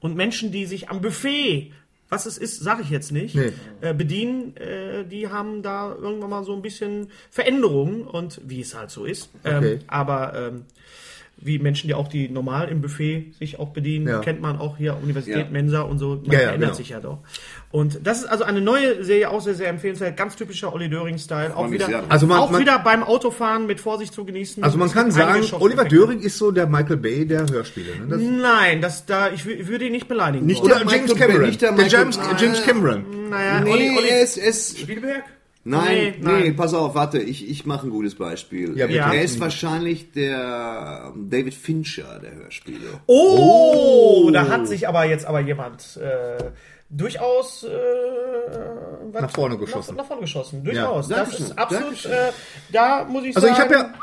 Und Menschen, die sich am Buffet, was es ist, sage ich jetzt nicht, Nee. äh, bedienen, äh, die haben da irgendwann mal so ein bisschen Veränderungen und wie es halt so ist. Ähm, Okay. Aber ähm, wie Menschen, die auch die normal im Buffet sich auch bedienen, Ja. kennt man auch hier Universität, Ja. Mensa und so. Man Ja, ja, verändert genau. sich ja doch. Und das ist also eine neue Serie, auch sehr, sehr empfehlenswert. Ganz typischer Olli Döring-Style. Auch, mich wieder, sehr drauf. Also man- auch man- wieder beim Autofahren mit Vorsicht zu genießen. Also man Es kann gibt sagen, einige Schock- Oliver Effekte. Döring ist so der Michael Bay der Hörspiele. Ne? Das, Nein, das, da, ich, wü- ich würde ihn nicht beleidigen. wollen. der Michael Bay, nicht der der Michael James, Bay. James Cameron. Naja, Olli, Olli, es, es, Spielberg? Nein, Nee, nee, nein. pass auf, warte, ich, ich mache ein gutes Beispiel. Ja, bitte. Er ist wahrscheinlich der ähm, David Fincher der Hörspiele. Oh, da hat sich aber jetzt aber jemand äh, durchaus äh, was- Nach vorne geschossen. Nach, nach vorne geschossen, durchaus. Ja, das Dankeschön, ist absolut. Dankeschön. Äh, da muss ich Also ich sagen, habe ja,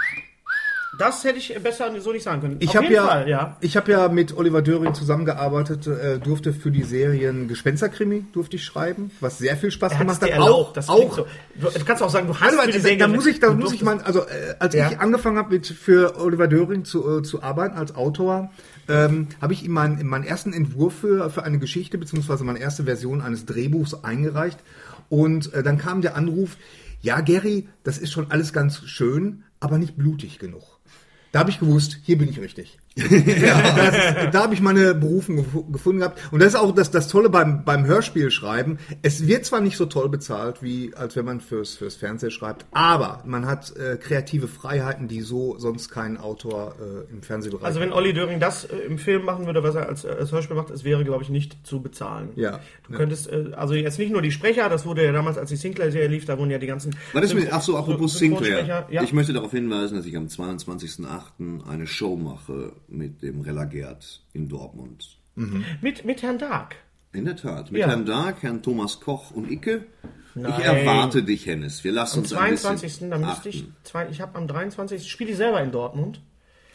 das hätte ich besser so nicht sagen können. ich Auf habe jeden ja, Fall, ja. ich habe ja mit Oliver Döring zusammengearbeitet, äh, durfte für die Serien Gespensterkrimi durfte ich schreiben, was sehr viel Spaß Er hat es gemacht dir hat. erlaubt. das klingt auch so. Du du kannst auch sagen, du hast Warte mal, für die da, da Serie- muss ich, da du muss ich durftest- mal, also äh, als Ja. ich angefangen habe mit für Oliver Döring zu, äh, zu arbeiten als Autor, ähm, habe ich ihm meinen, meinen ersten Entwurf für, für eine Geschichte beziehungsweise meine erste Version eines Drehbuchs eingereicht und äh, dann kam der Anruf, ja Gary, das ist schon alles ganz schön, aber nicht blutig genug. Da habe ich gewusst, hier bin ich richtig. Das, da habe ich meine Berufung gef- gefunden gehabt. Und das ist auch das, das Tolle beim, beim Hörspielschreiben. Es wird zwar nicht so toll bezahlt, wie als wenn man fürs, fürs Fernsehen schreibt, aber man hat äh, kreative Freiheiten, die so sonst kein Autor äh, im Fernsehbereich Also wenn hat. Olli Döring das äh, im Film machen würde, was er als, äh, als Hörspiel macht, es wäre, glaube ich, nicht zu bezahlen. Ja. Du Ja. könntest, äh, also jetzt nicht nur die Sprecher, das wurde ja damals, als die Sinclair-Serie lief, da wurden ja die ganzen... Was ist mit, ach so, apropos Sinclair. Synchronsprecher, Ja. Ich möchte darauf hinweisen, dass ich am 22.08. eine Show mache mit dem Relagert in Dortmund. mit, mit Herrn Dark. In der Tat. Mit Ja. Herrn Dark, Herrn Thomas Koch und Icke. Ich erwarte dich, Hennes. Wir lassen Am uns ein bisschen 22. Da müsste ich, achten. zwei, ich habe am 23. spiele ich selber in Dortmund.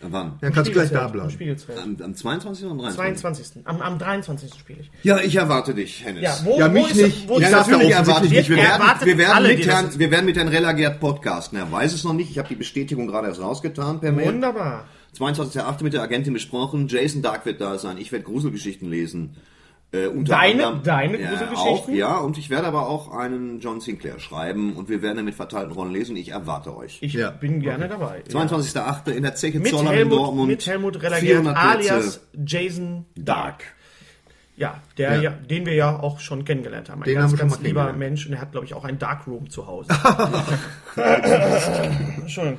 Äh, Wann? Dann kannst du gleich da Spiegelzelt, im bleiben. Spiegelzelt. Am, am 22. oder am 23. 22. Am, am 23. spiele ich. Ja, ich erwarte dich, Hennes. wo, Ja, mich nicht. Wo Ja, ist das? natürlich da erwarte ich dich. Wir Er werden, erwartet wir, werden alle, die mit das Herrn, jetzt- wir werden mit Herrn Relagert podcasten. Er weiß es noch nicht. Ich habe die Bestätigung gerade erst rausgetan per Mail. Wunderbar. 22.08. mit der Agentin besprochen. Jason Dark wird da sein. Ich werde Gruselgeschichten lesen. Äh, unter Deine- deine ja, Gruselgeschichten? Auch, ja, und ich werde aber auch einen John Sinclair schreiben und wir werden damit verteilten Rollen lesen. Ich erwarte euch. Ich Ja. bin gerne dabei. Ja. 22.08. in der Zeche Mit Zollern in Helmut, Dortmund. mit Helmut Rellagiert 400 Plätze. alias Jason Dark. Ja, der, ja. Ja. den wir ja auch schon kennengelernt haben. Ein Den ganz, haben wir schon ganz mal lieber kennengelernt. Mensch und er hat, glaube ich, auch ein Darkroom zu Hause. Entschuldigung.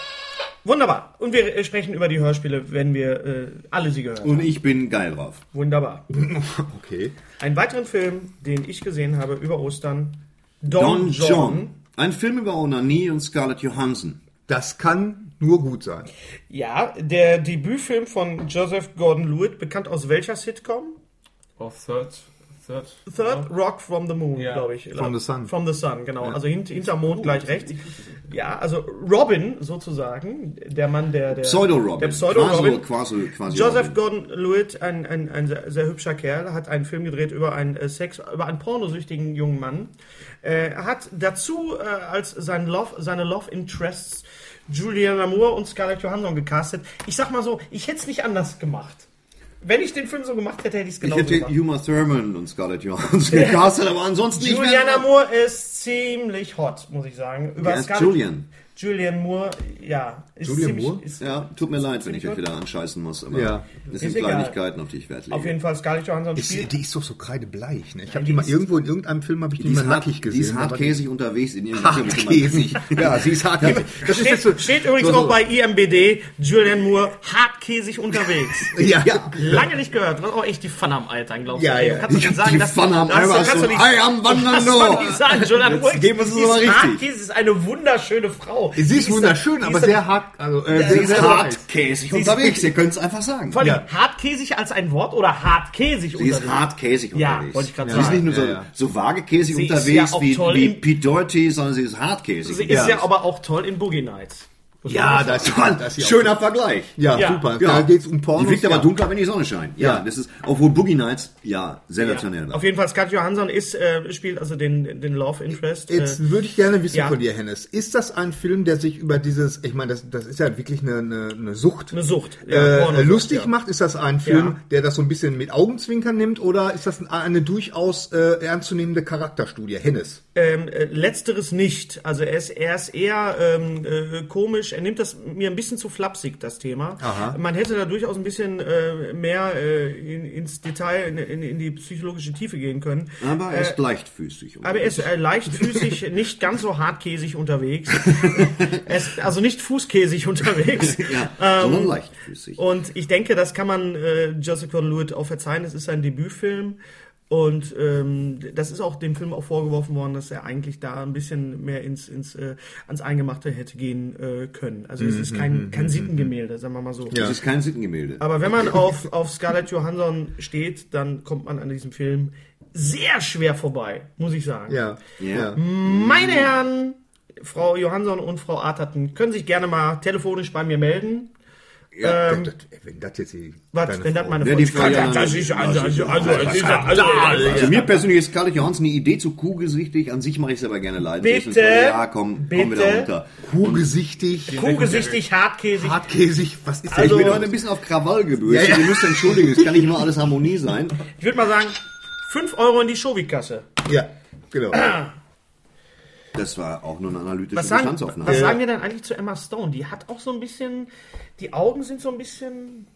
Wunderbar. Und wir äh, sprechen über die Hörspiele, wenn wir äh, alle sie gehört haben. Und ich bin geil drauf. Wunderbar. Okay. Einen weiteren Film, den ich gesehen habe über Ostern. Don Don, John. Ein Film über Onanie und Scarlett Johansson. Das kann nur gut sein. Ja, der Debütfilm von Joseph Gordon-Lewitt, bekannt aus welcher Sitcom? Oh, Third. Third. Third Rock from the Moon, Ja. glaube ich. From the Sun. From the Sun, genau. Also hint, hinter Mond gleich rechts. Ja, also Robin sozusagen, der Mann, der... der Pseudo-Robin. Der Pseudo-Robin. Quasi, quasi, quasi Joseph Robin. Gordon-Lewitt, ein, ein, ein sehr, sehr hübscher Kerl, hat einen Film gedreht über einen äh, Sex, über einen pornosüchtigen jungen Mann. Äh, hat dazu äh, als sein Love, seine Love Interests Julianne Moore und Scarlett Johansson gecastet. Ich sag mal so, ich hätte es nicht anders gemacht. Wenn ich den Film so gemacht hätte, hätte ich es Ich genauso hätte gemacht. Uma Thurman und Scarlett Johansson gecastet, aber ansonsten nicht Julianne mehr. Moore ist ziemlich hot, muss ich sagen. Über Wer ist Julian? Julian Moore, ja. Ist Julian ziemlich, Moore? Ist, Ja, tut mir leid, wenn ich euch gut. wieder anscheißen muss, aber Ja. es sind Ist egal. Kleinigkeiten, auf die ich Wert lege. Auf jeden Fall Scarlett Johansson Ist, spielt. die ist doch so kreidebleich. Ne? Ich habe die die mal ist- irgendwo in irgendeinem Film habe ich die, Die ist mal nackig hart- die gesehen. ist aber die- hartkäsig unterwegs in ihrem Film. kann man- Hartkäsig. Ja, sie ist hartkäsig. Das ist Steht, jetzt so, steht übrigens so- auch bei IMBD, Julian Moore, hartkäsig unterwegs. ja, ja. Lange nicht gehört. Was auch echt die Pfanne am Ei dann, glaubst Ja, du? ey. ja. Kannst du Ich nicht hab sagen, die dass Pfanne am das- Eimer das also, kannst so. du nicht- Ei am Das kann man nicht Wandern sagen, Julian Moore geben wir es uns ist aber richtig. hartkäsig, ist eine wunderschöne Frau. Sie ist wunderschön, die aber ist- sehr hart. Also, äh, Sie sehr, ist sehr hart. hartkäsig unterwegs, ihr könnt es einfach sagen. Vor allem Ja. hartkäsig als ein Wort oder hartkäsig Sie ist unterwegs? hartkäsig Ja, unterwegs. wollte ich gerade sie ist sagen. nicht nur so, Ja, ja. so waagekäsig Sie ist unterwegs ja auch wie, toll wie im- Pete Doherty, sondern sie ist hartkäsig. Sie ist Ja. ja. aber auch toll in Boogie Nights. Muss man Ja, sagen. das, das hier Schöner Vergleich. Ja, Ja. super. Ja. Da geht's um Pornos. Die wirkt aber ja. dunkler, wenn die Sonne scheint. Ja, Ja. das ist, obwohl Boogie Nights, ja, sensationell war. Auf jeden Fall, Scarlett Johansson ist, äh, spielt also den, den Love Interest. Äh, Jetzt würde ich gerne wissen Ja. von dir, Hennes. Ist das ein Film, der sich über dieses, ich meine, das, das ist ja wirklich eine, eine, eine Sucht. eine Sucht. äh, Pornosucht, lustig ja. macht? Ist das ein Film, Ja. der das so ein bisschen mit Augenzwinkern nimmt oder ist das ein- eine durchaus äh, ernstzunehmende Charakterstudie? Hennes. Ähm, äh, letzteres nicht. Also er ist, er ist eher ähm, äh, komisch. Er nimmt das mir ein bisschen zu flapsig, das Thema. Man hätte da durchaus ein bisschen äh, mehr äh, in, ins Detail, in, in, in die psychologische Tiefe gehen können. Aber er ist leichtfüßig. Äh, Aber er ist äh, leichtfüßig, nicht ganz so hartkäsig unterwegs. er ist also nicht fußkäsig unterwegs. ja, sondern leichtfüßig. Ähm, Und ich denke, das kann man äh, Jessica Lewitt auch verzeihen. Es ist sein Debütfilm. Und ähm, das ist auch dem Film auch vorgeworfen worden, dass er eigentlich da ein bisschen mehr ins, ins äh, ans Eingemachte hätte gehen äh, können. Also es ist kein, kein Sittengemälde, sagen wir mal so. Das ist kein Sittengemälde. Aber wenn man auf, auf Scarlett Johansson steht, dann kommt man an diesem Film sehr schwer vorbei, muss ich sagen. Ja. Ja. Meine Herren, Frau Johansson und Frau Atherton können sich gerne mal telefonisch bei mir melden. ja. wenn, das, wenn das jetzt die. Was, Ähm, deine wenn das Frau- meine Ja, Frau die ist? Frau Johansson- Das ist also, also, also, es ist also, Also mir persönlich ist Scarlett Johansson eine Idee zu kuhgesichtig. An sich mache ich es aber gerne leiden. Bitte, Ja, komm, komm wieder bitte. runter. Kuhgesichtig, Kuhgesichtig, hartkäsig. hartkäsig, was ist ich denn? bin heute ein bisschen auf Krawall gebürstet. Ihr müsst entschuldigen, es kann nicht immer alles Harmonie sein. Ich würde mal sagen, 5 Euro in die Shovi-Kasse. Ja, genau. Das war auch nur eine analytische Was sagen, Bestandsaufnahme. was sagen wir denn eigentlich zu Emma Stone? Die hat auch so ein bisschen, die Augen sind so ein bisschen,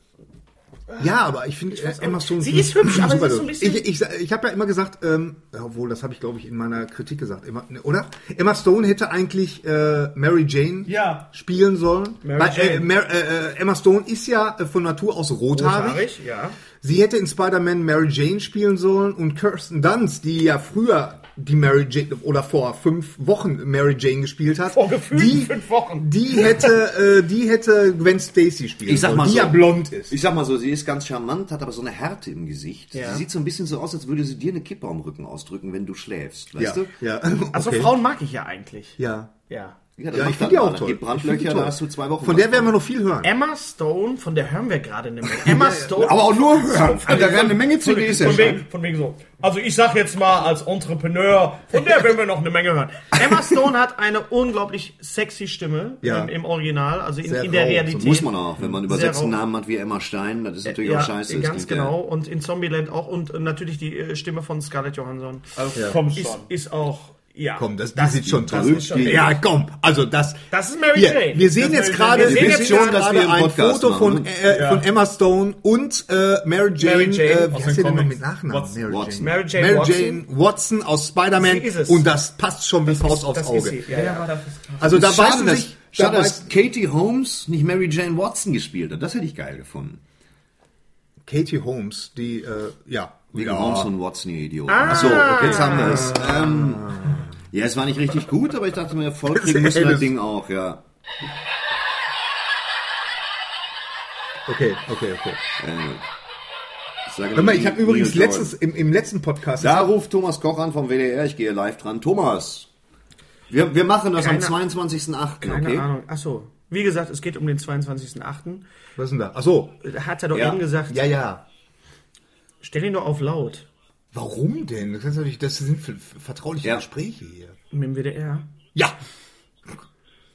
Ja, aber ich finde äh, Emma Stone Sie ist hübsch, aber sie ist so ein bisschen- Ich, ich, ich habe ja immer gesagt, ähm, obwohl das habe ich glaube ich in meiner Kritik gesagt, Emma, ne, oder? Emma Stone hätte eigentlich äh, Mary Jane Ja. spielen sollen. Mary Weil, Äh, Jane. Mar äh, äh, Emma Stone ist ja äh, von Natur aus rothaarig. Rothaarig, ja. Sie hätte in Spider-Man Mary Jane spielen sollen und Kirsten Dunst, die ja früher die Mary Jane oder vor fünf Wochen Mary Jane gespielt hat, Vor gefühlten die, fünf Wochen. die hätte, äh, die hätte Gwen Stacy spielen Ich sag sollen, mal die so. ja blond ist. Ich sag mal so, sie ist ganz charmant, hat aber so eine Härte im Gesicht. Sie sieht so ein bisschen so aus, als würde sie dir eine Kippe am Rücken ausdrücken, wenn du schläfst, weißt du? ja. also Frauen mag ich ja eigentlich. Ja. Ja. das Ja, macht ich finde dann die mal. auch toll. Da gibt Ich find Brandlöcher, die toll. da hast du zwei Wochen. Von der werden wir noch viel hören. Emma Stone, von der hören wir gerade nicht mehr. Emma Stone. aber auch nur hören. Da werden eine Menge CDs Also, Von erscheinen. wegen, von wegen so. Also ich sag jetzt mal als Entrepreneur, von der werden wir noch eine Menge hören. Emma Stone hat eine unglaublich sexy Stimme Ja. ähm, im Original, also in, Sehr in der rau, so Realität. Muss man auch, wenn man übersetzt rau. Äh, einen Namen hat wie Emma Stein, das ist natürlich ja, auch scheiße. das ganz klingt ja- genau. Und in Zombieland auch. Und äh, natürlich die äh, Stimme von Scarlett Johansson. Also komm schon. Ist, ist auch, ja. Komm, das, die sieht schon das toll. ist schon- ja, komm, also das. Das ist Mary Hier, Jane. wir sehen jetzt gerade, Wir sehen wir jetzt sehen schon gerade, dass gerade wir einen ein Podcast Foto von, machen, äh, von Emma Stone und äh, Mary Jane. Mary Jane äh, aus wie den heißt sie denn noch Comics. mit Nachnamen? Watson. Watson. Mary Jane Mary Watson. Jane Watson aus Sie Spider-Man. ist es. Und das passt schon wie Faust aufs das Auge. ist sie. Ja, ja. Also da schade, beißen dass, sich. da schade, dass beißen- Katie Holmes nicht Mary Jane Watson gespielt hat. Das hätte ich geil gefunden. Katie Holmes, die, äh, ja. Wegen ja. Holmes und Watson, ihr Idioten. Ah. Achso, jetzt haben wir es. Ähm, ja, es war nicht richtig gut, aber ich dachte mir, voll kriegen müssen wir das Hättest- Ding auch, ja. Okay, okay, okay. Sag Hör mal, ich habe Neil übrigens Jordan. letztens, im, im letzten Podcast. Da ruft Thomas Koch an vom WDR, ich gehe live dran. Thomas, wir, wir machen das Keine- am 22.08., Keine Ah, okay? Ahnung. Achso. Wie gesagt, es geht um den 22.8. Was ist denn da? Ach so. Hat er doch Ja. eben gesagt, Ja, ja. stell ihn doch auf laut. Warum denn? Das, kannst du doch nicht- das sind ver- vertrauliche Ja. Gespräche hier. Mit dem WDR. Ja.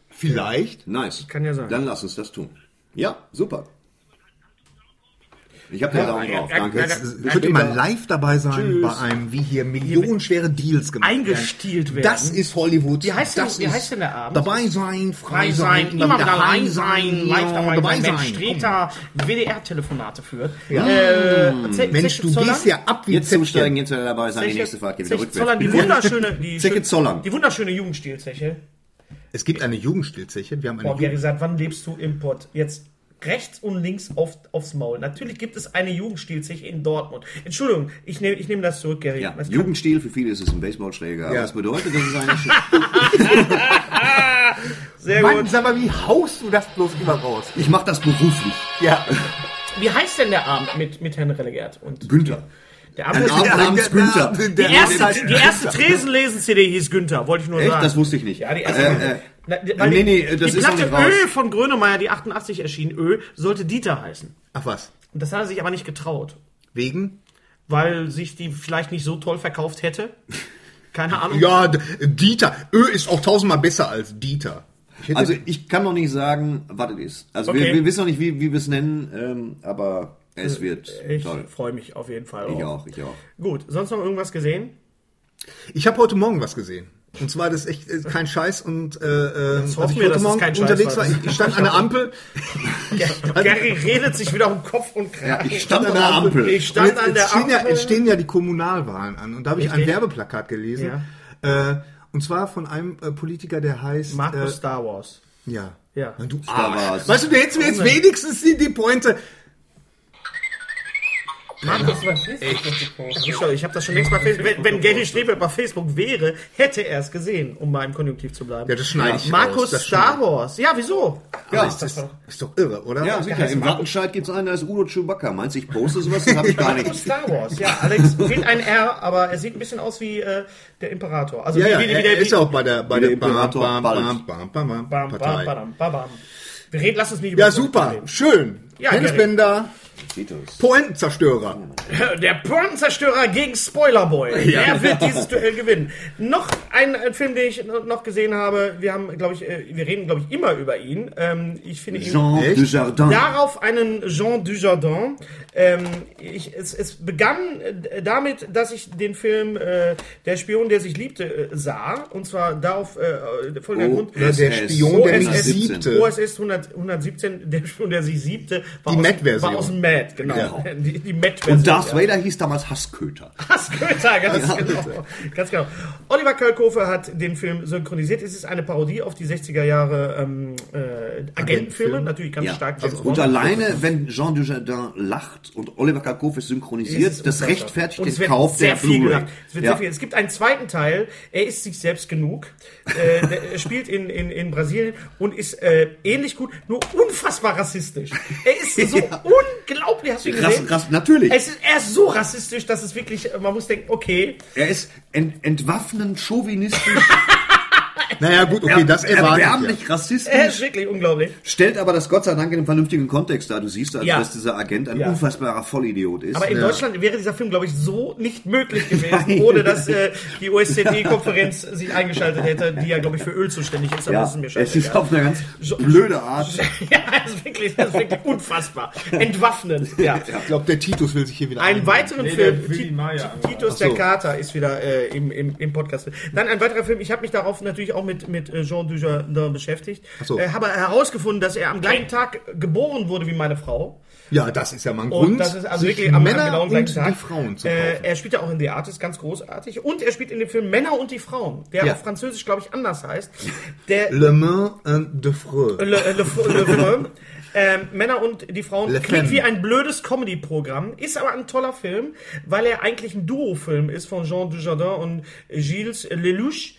Vielleicht. Nice. Kann ja sein. Dann lass uns das tun. Ja, super. Ich habe den Daumen drauf, danke. Jetzt könnte man live dabei sein bei einem, wie hier millionenschwere Deals gemacht Eingestielt werden. Das ist Hollywood. Wie heißt denn- das wie heißt denn der Abend? Dabei sein, frei frei sein, sein, immer wieder high rein sein, live ja, dabei, sein, wenn Komm. Streter WDR-Telefonate führt. Äh, Ze- Mensch, Zeche du Zollern- gehst ja ab wie Jetzt Zäpfchen. zusteigen, jetzt wieder dabei sein, die Zeche- nächste Fahrt geht wieder Zeche Zollern, die rückwärts. wunderschöne, die, Zeche schön- Zollern. die wunderschöne Jugendstilzeche. Es gibt eine Jugendstilzeche. Wir haben eine Boah, Gary Jugend sagt, wann lebst du im Pott? Jetzt rechts und links auf, aufs Maul. Natürlich gibt es eine Jugendstilzeche in Dortmund. Entschuldigung, ich nehme ich nehm das zurück, Gary. Ja, Das kann- Jugendstil, für viele ist es ein Baseballschläger. aber Ja. Das bedeutet, das ist eine Sch Sehr Mann, gut. sag mal, wie haust du das bloß immer raus? Ich mache das beruflich. Ja. Wie heißt denn der Abend mit, mit Herrn Relegert? Und Günther. der Abend Ein Abend namens Günther. Die erste, die erste Tresenlesen-CD hieß Günther, wollte ich nur Echt? sagen. Das wusste ich nicht. ja, die erste. Äh, äh, Na, die, äh, nee, nee, das die ist noch Platte nicht raus. Ö von Grönemeyer, die 88 erschien, Ö, sollte Dieter heißen. Ach was. Und das hat er sich aber nicht getraut, Wegen? weil sich die vielleicht nicht so toll verkauft hätte. Keine Ahnung. Ja, D- Dieter. Ö ist auch tausendmal besser als Dieter. Ich hätte also ich kann noch nicht sagen, was es ist. Also wir, Okay. Äh, wir wissen noch nicht, wie, wie wir es nennen, ähm, aber es wird Ich toll. freue mich auf jeden Fall. Ich auch. auch, ich auch. Gut, sonst noch irgendwas gesehen? Ich habe heute Morgen was gesehen. Und zwar, das ist echt äh, kein Scheiß. Und äh, äh, als ich hoffen wir, dass heute es Morgen kein Scheiß unterwegs war. war, ich, ich stand an der Ampel. Gary redet sich wieder um Kopf und Kragen. Ich stand an der Ampel. Ich stand an der es stehen, Ampel. ja, es stehen ja die Kommunalwahlen an. Und da habe ich ein Richtig. Werbeplakat gelesen. Äh, und zwar von einem äh, Politiker, der heißt... Markus Äh, Star Wars. ja. Ja. Äh, Na, Du Da Arsch. war's. Weißt du, du hättest mir jetzt wenigstens die, die Pointe... Markus, was ist das? Ich habe das schon längst bei Facebook. Wenn, wenn Gary Schnebel bei Facebook wäre, hätte er es gesehen, um mal im Konjunktiv zu bleiben. Ja, das schneide ich raus, Markus das Star Wars. Ja, wieso? Ja, schneide ich. Ist, ist doch irre, oder? ja sicher. Im Wattenscheid gibt es einen, da ist Udo Chewbacca. Meinst du, ich poste sowas? Das habe ich gar Markus nicht. Star Wars. Ja, Alex, fehlt ein R, aber er sieht ein bisschen aus wie äh, der Imperator. Also Ja, wie, ja, wie, wie, er, der, er ist wie, ja auch bei der, bei wie der der bam, Imperator bam, bald. bam, bam, bam, bam, bam, bam, Partei. badam, bam, bam. Wir reden, lass uns nicht über Ja, Politik super. reden. Schön. Ja, Dennis Gerrit. Bender, Titus. Poentenzerstörer. Der Pornzerstörer gegen Spoilerboy. Er wird dieses Duell gewinnen. Noch ein äh, Film, den ich no- noch gesehen habe. Wir haben, glaube ich, äh, wir reden, glaube ich, immer über ihn. Ähm, Ich finde ihn Jean Echt? Dujardin. darauf einen Jean Dujardin. Ähm, ich, es, es begann äh, damit, dass ich den Film äh, Der Spion, der sich liebte, äh, sah. Und zwar darauf äh, folgender Grund. Oder der SS. Spion, der mich OSS. siebte. OSS 100, 117, der Spion, der sich siebte, war Die aus, Mad-Version. war aus dem Mad, genau. Genau. Die, die Mad-Version. Und Darth ja. Vader hieß damals Hassköter. Das Köter, ganz, genau. ganz genau. Oliver Kalkofe hat den Film synchronisiert. Es ist eine Parodie auf die 60er Jahre ähm, äh, Agentenfilme. Natürlich ganz Ja. stark. James Und Bond. alleine, wenn Jean Dujardin lacht und Oliver Kalkofe ist synchronisiert, Es ist das unfassbar. rechtfertigt Und es den wird Kauf sehr der viel Blu-ray. gelacht. Es, wird Ja. sehr viel. es gibt einen zweiten Teil. Er ist sich selbst genug. Äh, der- er spielt in, in, in Brasilien und ist äh, ähnlich gut, nur unfassbar rassistisch. Er ist so unglaublich. Hast du ihn Rass, gesehen? rass, natürlich. Es ist, er ist so rassistisch, dass es wirklich, man muss denken, okay, er ist ent, entwaffnend, chauvinistisch, Naja, gut, okay, das erwartet erbärmlich, ich. er ist rassistisch, wirklich unglaublich. stellt aber das Gott sei Dank in einem vernünftigen Kontext dar. Du siehst also, Ja. dass dieser Agent ein Ja. unfassbarer Vollidiot ist. Aber in Deutschland wäre dieser Film, glaube ich, so nicht möglich gewesen, ohne dass äh, die OSZE-Konferenz sich eingeschaltet hätte, die ja, glaube ich, für Öl zuständig ist. Aber ja. das ist mir es ist scheißegal. auf eine ganz blöde Art. Ja, das ist wirklich, das ist wirklich unfassbar. Entwaffnend, ja. Ich glaube, der Titus will sich hier wieder Einen einbringen. weiteren Nee, der Film, Willi Ti- Meyer. also. Ti- Titus der Kater ist wieder äh, im, im, im Podcast. Dann ein weiterer Film, ich habe mich darauf natürlich auch mit, mit äh, Jean Dujardin beschäftigt. so. Äh, habe herausgefunden, dass er am gleichen Tag geboren wurde wie meine Frau. Ja, das ist ja mal ein Und, Grund, das ist also sich wirklich am, am Männer genauen und gleichen Tag. die Frauen zu kaufen. äh, er spielt ja auch in The Artist, ganz großartig. Und er spielt in dem Film Männer und die Frauen, der Ja. auf Französisch, glaube ich, anders heißt. Der Le Mans and de Freux. Le, äh, Le, Le, Le, ähm, Männer und die Frauen Le klingt Femme. wie ein blödes Comedy-Programm, ist aber ein toller Film, weil er eigentlich ein Duo-Film ist von Jean Dujardin und Gilles Lelouch.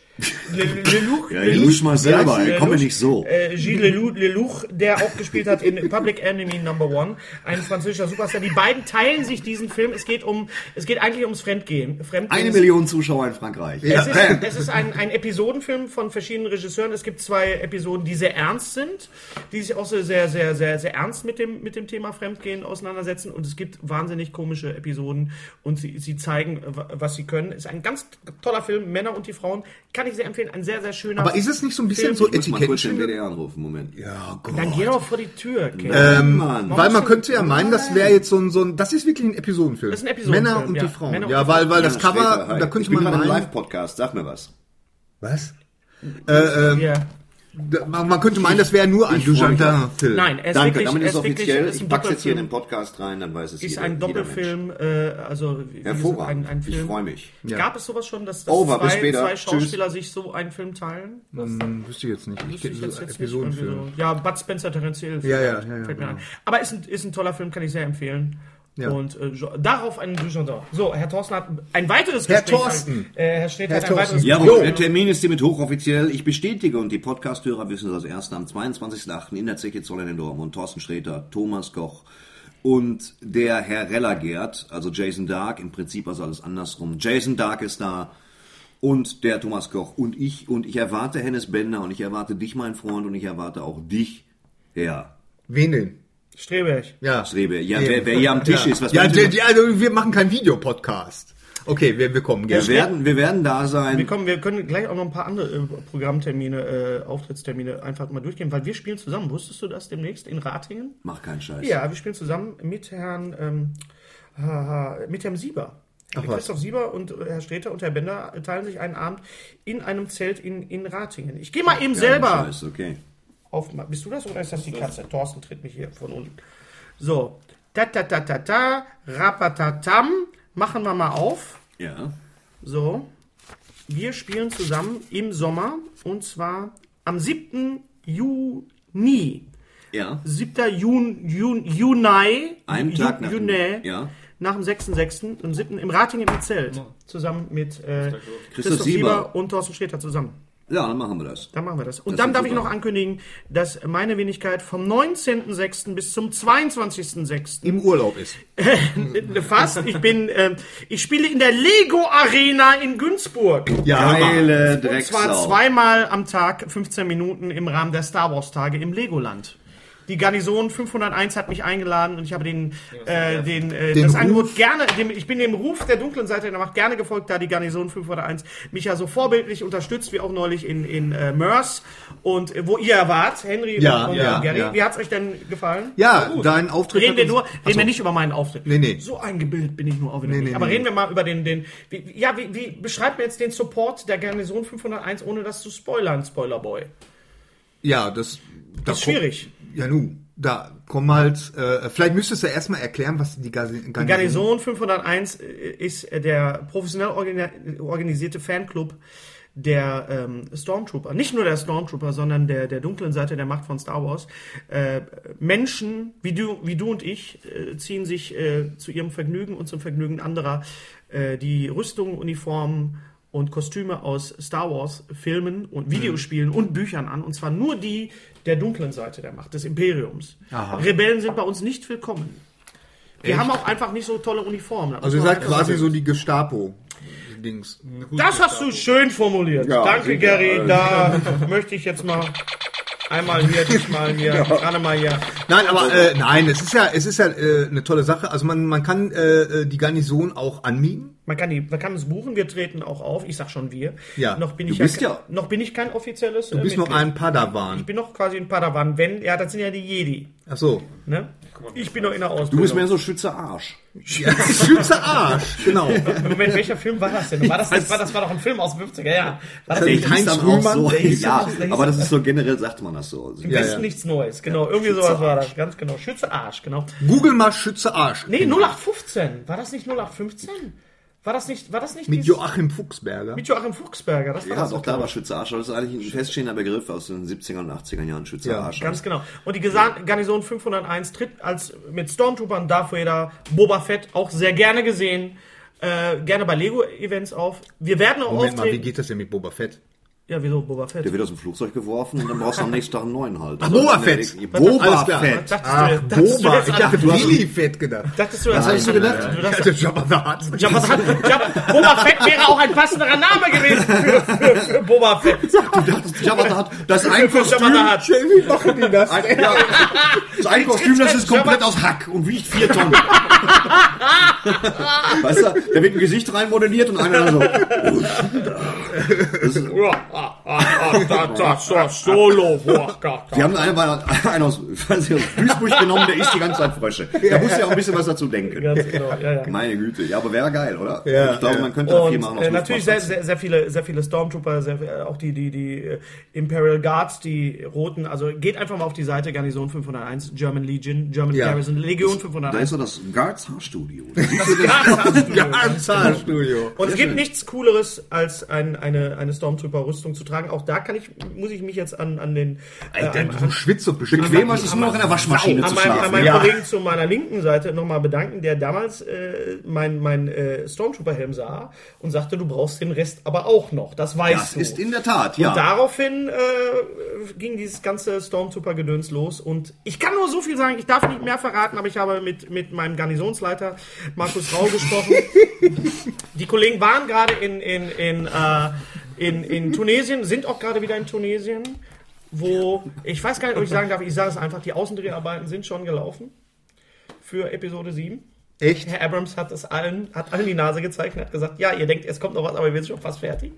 Le, Lelouch, Ja, Lusch mal selber, Lelouch, ey, komm mir nicht so. Äh, Gilles Lelouch, Lelouch, der auch gespielt hat in Public Enemy Number One, ein französischer Superstar. Die beiden teilen sich diesen Film. Es geht um, es geht eigentlich ums Fremdgehen. Fremdgehen Eine ist- Million Zuschauer in Frankreich. es ist, es ist ein, ein Episodenfilm von verschiedenen Regisseuren. Es gibt zwei Episoden, die sehr ernst sind, die sich auch so sehr, sehr, sehr, sehr ernst mit dem, mit dem Thema Fremdgehen auseinandersetzen. Und es gibt wahnsinnig komische Episoden und sie, sie zeigen, äh, wa- was sie können. Ist ein ganz toller Film, Männer und die Frauen. Kann ich ich sehr empfehlen. Ein sehr, sehr schöner Aber ist es nicht so ein bisschen so Ich muss mal kurz den Etikettenschild? WDR anrufen, Moment. Ja, Gott. Dann geh doch vor die Tür, Ken. Ähm, Mann. weil man könnte ja meinen, das wäre jetzt so ein, so ein, das ist wirklich ein Episodenfilm. Das ist ein Episodenfilm, Männer und ja. die Frauen. Männer und ja, die weil, weil das Später, Cover, hi. da könnte ich bin man gerade im meinen, Live-Podcast, sag mir was. was? Äh, Ähm, Ja. Da- Man man könnte meinen, das wäre nur ein ich freu mich Dujardin-Film. Nein, er ist Danke, wirklich, damit er ist es offiziell. wirklich, ist ein ich pack's jetzt hier Doppelfilm. in den Podcast rein, dann weiß es ist jeder, ein jeder Mensch. Doppelfilm, äh, also wie gesagt, ein, Hervorragend. ein Ich Film. freue mich. Gab es sowas schon, dass, dass Oh, Over, bis zwei, später. zwei Tschüss. Schauspieler sich so einen Film teilen? Hm, Wüsste ich jetzt nicht. Ich Wüsste kenne ich so jetzt, jetzt nicht. irgendwie Episodenfilme. So. Ja, Bud Spencer, Terence Hill. Ja, ja, vielleicht, ja, ja, fällt mir genau. ein. Aber ist ein, ist ein toller Film, kann ich sehr empfehlen. Ja. Und äh, jo- darauf einen Dujardin. So, Herr Thorsten hat ein weiteres Herr Gespräch. Thorsten. Äh, Herr Schnitt Herr hat ein Thorsten. weiteres Ja, Gespräch. der Termin ist hiermit hochoffiziell. Ich bestätige und die Podcasthörer wissen es als Erste am 22.08. in der Zeche Zollernendorf und Thorsten Sträter, Thomas Koch und der Herr Rellagert, also Jason Dark, im Prinzip also alles andersrum. Jason Dark ist da und der Thomas Koch und ich und ich erwarte Hennes Bender und ich erwarte dich, mein Freund, und ich erwarte auch dich, Herr Wen denn? Streberg. Ja. Strebe. Ja, wer, wer hier am Tisch ja. ist, was ja, meinst du? die, die, also wir machen keinen Videopodcast. Okay, wir, wir kommen wir gerne. werden, wir werden da Wir, sein. kommen, wir können gleich auch noch ein paar andere äh, Programmtermine, äh, Auftrittstermine einfach mal durchgehen, weil wir spielen zusammen. Wusstest du das demnächst in Ratingen? Mach keinen Scheiß. Ja, wir spielen zusammen mit Herrn, ähm, haha, mit Herrn Sieber. was. Christoph Sieber und äh, Herr Sträter und Herr Bender teilen sich einen Abend in einem Zelt in, in Ratingen. Ich gehe mal eben selber Scheiß, okay. auf. Bist du das oder ist das die Katze? Thorsten tritt mich hier von unten. So. Ta ta ta ta ta, rapatatam. Machen wir mal auf. Ja. So, wir spielen zusammen im Sommer und zwar am 7. Juni. Ja. 7. Jun, Jun, Juni. Einen Ju- Tag nach dem- Juni. ja. Nach dem 6.6. und 7. im Ratingen im Zelt. Zusammen mit äh, Christoph, Sieber. Sieber. und Thorsten Sträter zusammen. Ja, dann machen wir das. Dann machen wir das. Und Das dann klingt darf ich super. noch ankündigen, dass meine Wenigkeit vom 19.06. bis zum 22.06. Im Urlaub ist. Mhm. fast. Ich bin, ähm, ich spiele in der Lego Arena in Günzburg. Ja, Geile Und zwar Drecksau. zweimal am Tag 15 Minuten im Rahmen der Star Wars Tage im Legoland. Die Garnison 501 hat mich eingeladen und ich habe den, äh, den, äh, das Ruf. Angebot gerne, dem, ich bin dem Ruf der dunklen Seite der Macht gerne gefolgt, da die Garnison 501 mich ja so vorbildlich unterstützt, wie auch neulich in, in äh, Mörs und äh, wo ihr wart, Henry Ja, und, ja, und Gary. ja. Wie hat's euch denn gefallen? ja dein Auftritt Reden wir hat nur, uns- reden wir nicht über meinen Auftritt. Nee, nee. So eingebildet bin ich nur auch wieder Nee, nicht. nee, Aber nee, reden wir mal über den, den, wie, wie- ja, wie, wie beschreibt mir jetzt den Support der Garnison 501, ohne das zu spoilern, Spoilerboy? Ja, das, das Ist schwierig. Ja, nu, da kommen halt, äh, vielleicht müsstest du erstmal erklären, was die Gas- Garnison... Die Garnison 501 ist der professionell organi- organisierte Fanclub der ähm, Stormtrooper. Nicht nur der Stormtrooper, sondern der, der dunklen Seite der Macht von Star Wars. Äh, Menschen wie du, wie du und ich äh, ziehen sich äh, zu ihrem Vergnügen und zum Vergnügen anderer äh, die Rüstungen, Uniformen und Kostüme aus Star Wars Filmen und Mhm. Videospielen und Büchern an. Und zwar nur die der dunklen Seite der Macht, des Imperiums. Rebellen sind bei uns nicht willkommen. Wir haben auch einfach nicht so tolle Uniformen. Also ihr seid quasi so die äh, Gestapo-Dings. Das hast du schön formuliert. Ja, Danke, sicher. Gary. Da möchte ich jetzt mal einmal hier, diesmal hier, gerade mal hier. Nein, aber äh, nein, es ist ja, es ist ja äh, eine tolle Sache. Also man, man kann äh, äh, die Garnison auch anmieten. Man kann, die, man kann es buchen, wir treten auch auf. Ich sag schon wir. Ja. Noch bin Du ich bist ja- Noch bin ich kein offizielles. äh, Du bist noch ein Padawan. Ich bin noch quasi ein Padawan. Wenn, ja, das sind ja die Jedi. Ach so. Ne? Ich bin noch in der Du bist Ausbildung. mehr so Schütze Arsch. Schütze Arsch, genau. Moment, welcher Film war das denn? War das, das, war, das war doch ein Film aus den 50er Jahren. War das Der nicht hieß Heinz dann auch Rühmann, so. der hieß Ja, auch- der hieß aber das ist so generell, sagt man das so. Ja, Ist ja. nichts Neues, genau. Irgendwie sowas war das, ganz genau. Schütze Arsch, genau. Google mal Schütze Arsch. Nee, 0815. War das nicht 0815? War das nicht, war das nicht Mit dieses- Joachim Fuchsberger. mit Joachim Fuchsberger? Das war Ja, das doch, da war Schütze Arsch. Das ist eigentlich ein feststehender Begriff aus den 70er und 80er Jahren, Schütze Ja. Arsch. Ganz genau. Und die Gesa Garnison 501 tritt als mit Stormtroopern, Darth Vader, Boba Fett auch sehr gerne gesehen. Äh, gerne bei Lego-Events auf. Wir werden auch Moment mal, wie auftreten. geht das denn mit Boba Fett? Ja, wieso Boba Fett? Der wird aus dem Flugzeug geworfen und dann brauchst du am nächsten Tag einen neuen halt. Boba Fett! Boba Alles klar. Fett! Ah, Dachtest Ach, du, dachtest Boba. du jetzt Ich an- dachte, du hast Willi Fett gedacht. Dachtest du jetzt Was hast du an- gedacht? Du Ich dachtest, hatte Jabba the Hutt. Jabba the Hutt- Jabba- Boba Fett wäre auch ein passenderer Name gewesen für, für, für Boba Fett. Jabba the Hutt, das ist ein Für Jabba Kostüm, the Hutt. Wie machen die das? ein, ja, das ein Kostüm, das ist komplett aus Hack und wiegt vier Tonnen. weißt du, da wird ein Gesicht reinmodelliert und einer dann so. Das ist, ah, die haben einen, mal- einen aus, weiß ich, aus Duisburg genommen, der isst die ganze Zeit Frösche. Da muss ja auch ein bisschen was dazu denken. Ganz genau, ja, ja. Meine Güte, ja, aber wäre geil, oder? ich glaube, man könnte da viel machen. Und aus äh, natürlich sehr, Luftmatratzen. sehr, sehr viele, sehr viele Stormtrooper, sehr, äh, auch die, die, die äh, Imperial Guards, die Roten. Also geht einfach mal auf die Seite Garnison 501, German Legion, German Ja. Garrison, Legion Da ist 501. so das Guards Haarstudio. Ganz hart, Studio. Und es gibt nichts Cooleres, als ein, eine, eine Stormtrooper-Rüstung zu tragen. Auch da kann ich, muss ich mich jetzt an, an den äh, an, Du schwitzt so bestimmt. Bequemer ist es nur noch in der Waschmaschine an zu meinen, an schlafen. meinen ja. Kollegen zu meiner linken Seite nochmal bedanken, der damals äh, mein, mein äh, Stormtrooper-Helm sah und sagte, du brauchst den Rest aber auch noch. Das weißt Das du. ist in der Tat, ja. Und daraufhin äh, ging dieses ganze Stormtrooper-Gedöns los. Und ich kann nur so viel sagen, ich darf nicht mehr verraten, aber ich habe mit, mit meinem Garnisonsleiter Markus Rau gesprochen. Die Kollegen waren gerade in, in, in, äh, in, in Tunesien, sind auch gerade wieder in Tunesien, wo ich weiß gar nicht, ob ich sagen darf, ich sage es einfach, die Außendreharbeiten sind schon gelaufen für Episode 7. Echt? Herr Abrams hat es allen, hat allen die Nase gezeigt und hat gesagt, ja, ihr denkt, es kommt noch was, aber wir sind schon fast fertig.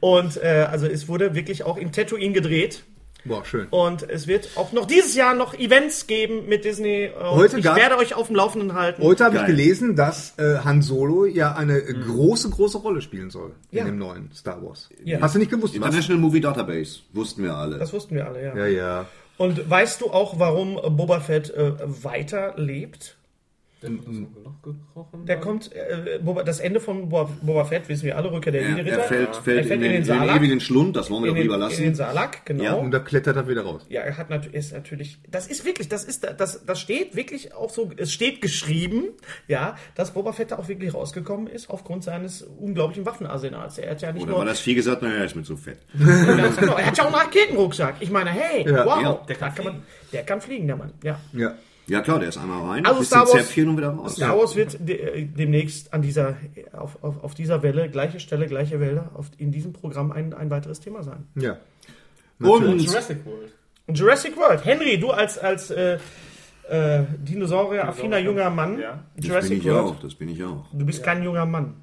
Und äh, also es wurde wirklich auch in Tatooine gedreht. Boah, schön. Und es wird auch noch dieses Jahr noch Events geben mit Disney. Und Heute ich gab- werde euch auf dem Laufenden halten. Heute habe ich Geil. Mhm. gelesen, dass äh, Han Solo ja eine große, große Rolle spielen soll Ja. in dem neuen Star Wars. Ja. Hast du nicht gewusst? Was? International Movie Database, wussten wir alle. Das wussten wir alle, ja. Ja, ja. Und weißt du auch, warum Boba Fett äh, weiter lebt? Der kommt, äh, Boba, das Ende von Boba, Boba Fett wissen wir alle, Rückkehr der Er, Linienritter. er fällt, fällt, in den, den, Salak, ewigen Schlund, das wollen wir in doch den, lieber in lassen. den Salak, genau. Ja, Und da klettert er wieder raus. Ja, er hat natürlich, ist natürlich, das ist wirklich, das ist, das, das steht wirklich auch so, es steht geschrieben, ja, dass Boba Fett da auch wirklich rausgekommen ist aufgrund seines unglaublichen Waffenarsenals. Er hat ja nicht Oder war nur, das Vieh gesagt, naja, er ist mir zu fett. ganz genau, er hat ja auch einen Raketenrucksack. Ich meine, hey, wow, ja, der, kann man, der kann fliegen, der Mann, ja. Ja. Ja klar, der ist einmal rein, Also ein bisschen Star Wars- Zäpfchen und wieder raus. Star Wars wird de äh, demnächst an dieser, auf, auf, auf dieser Welle, gleiche Stelle, gleiche Welle, auf, in diesem Programm ein, ein weiteres Thema sein. Ja. Und Jurassic World. Jurassic World. Henry, du als, als äh, äh, Dinosaurier-affiner junger Mann. Ja. das bin Jurassic ich World. auch, das bin ich auch. Du bist kein junger Mann.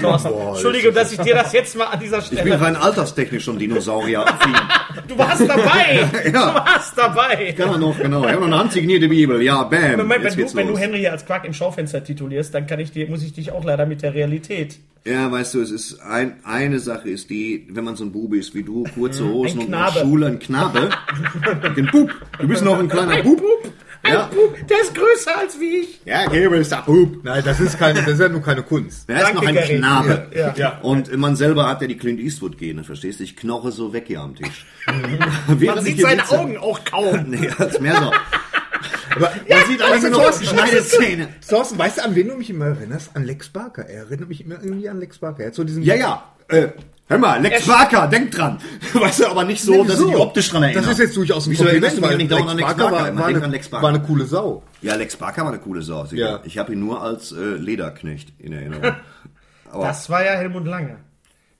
Thorsten, Entschuldige, dass ich dir das jetzt mal an dieser Ich bin Stelle. rein alterstechnisch schon Dinosaurier. Du warst dabei! Du ja, warst dabei! kann er noch, genau. Ich habe noch eine handsignierte Bibel. Ja, bam, Moment, jetzt wenn, geht's du, wenn du los. Henry hier als Quark im Schaufenster titulierst, dann kann ich dir, muss ich dich auch leider mit der Realität. Ja, weißt du, es ist ein, eine Sache ist die, wenn man so ein Bube ist wie du, Mhm. kurze Hosen und nach Knabe. Schule ein Knabe, ein Bub. Du bist noch ein kleiner Bub. Ja, Puh, Der ist größer als wie ich! ja Gabriel ist der Bub. Nein, das ist keine, das ist ja nur keine Kunst. Er ist noch ein Gary. Knabe. Ja, Und man selber hat ja die Clint Eastwood-Gene, verstehst du? Ich knoche so weg hier am Tisch. Mhm. Während Man ich sieht hier seine sitze- Augen auch kaum. Nee, das ist mehr so. Aber Man sieht alles also nur noch Thorsten, Schneidezähne. Thorsten, weißt du, an wen du mich immer erinnerst? An Lex Barker. Er erinnert mich immer irgendwie an Lex Barker. Er hat so diesen. Ja, ja. Äh, hör mal, Lex Barker, denk dran. Weißt du, aber nicht so, Nee, dass wieso? ich dich optisch dran erinnere. Das ist jetzt durchaus ein Wieso erinnerst Kompliment, du mich weil nicht Lex dauernd an Lex Barker? Barker war, Man war, denkt an eine, Lex Barker. war eine coole Sau. Ja, Lex Barker war eine coole Sau. Ja. Ich habe ihn nur als äh, Lederknecht in Erinnerung. Das war ja Helmut Lange.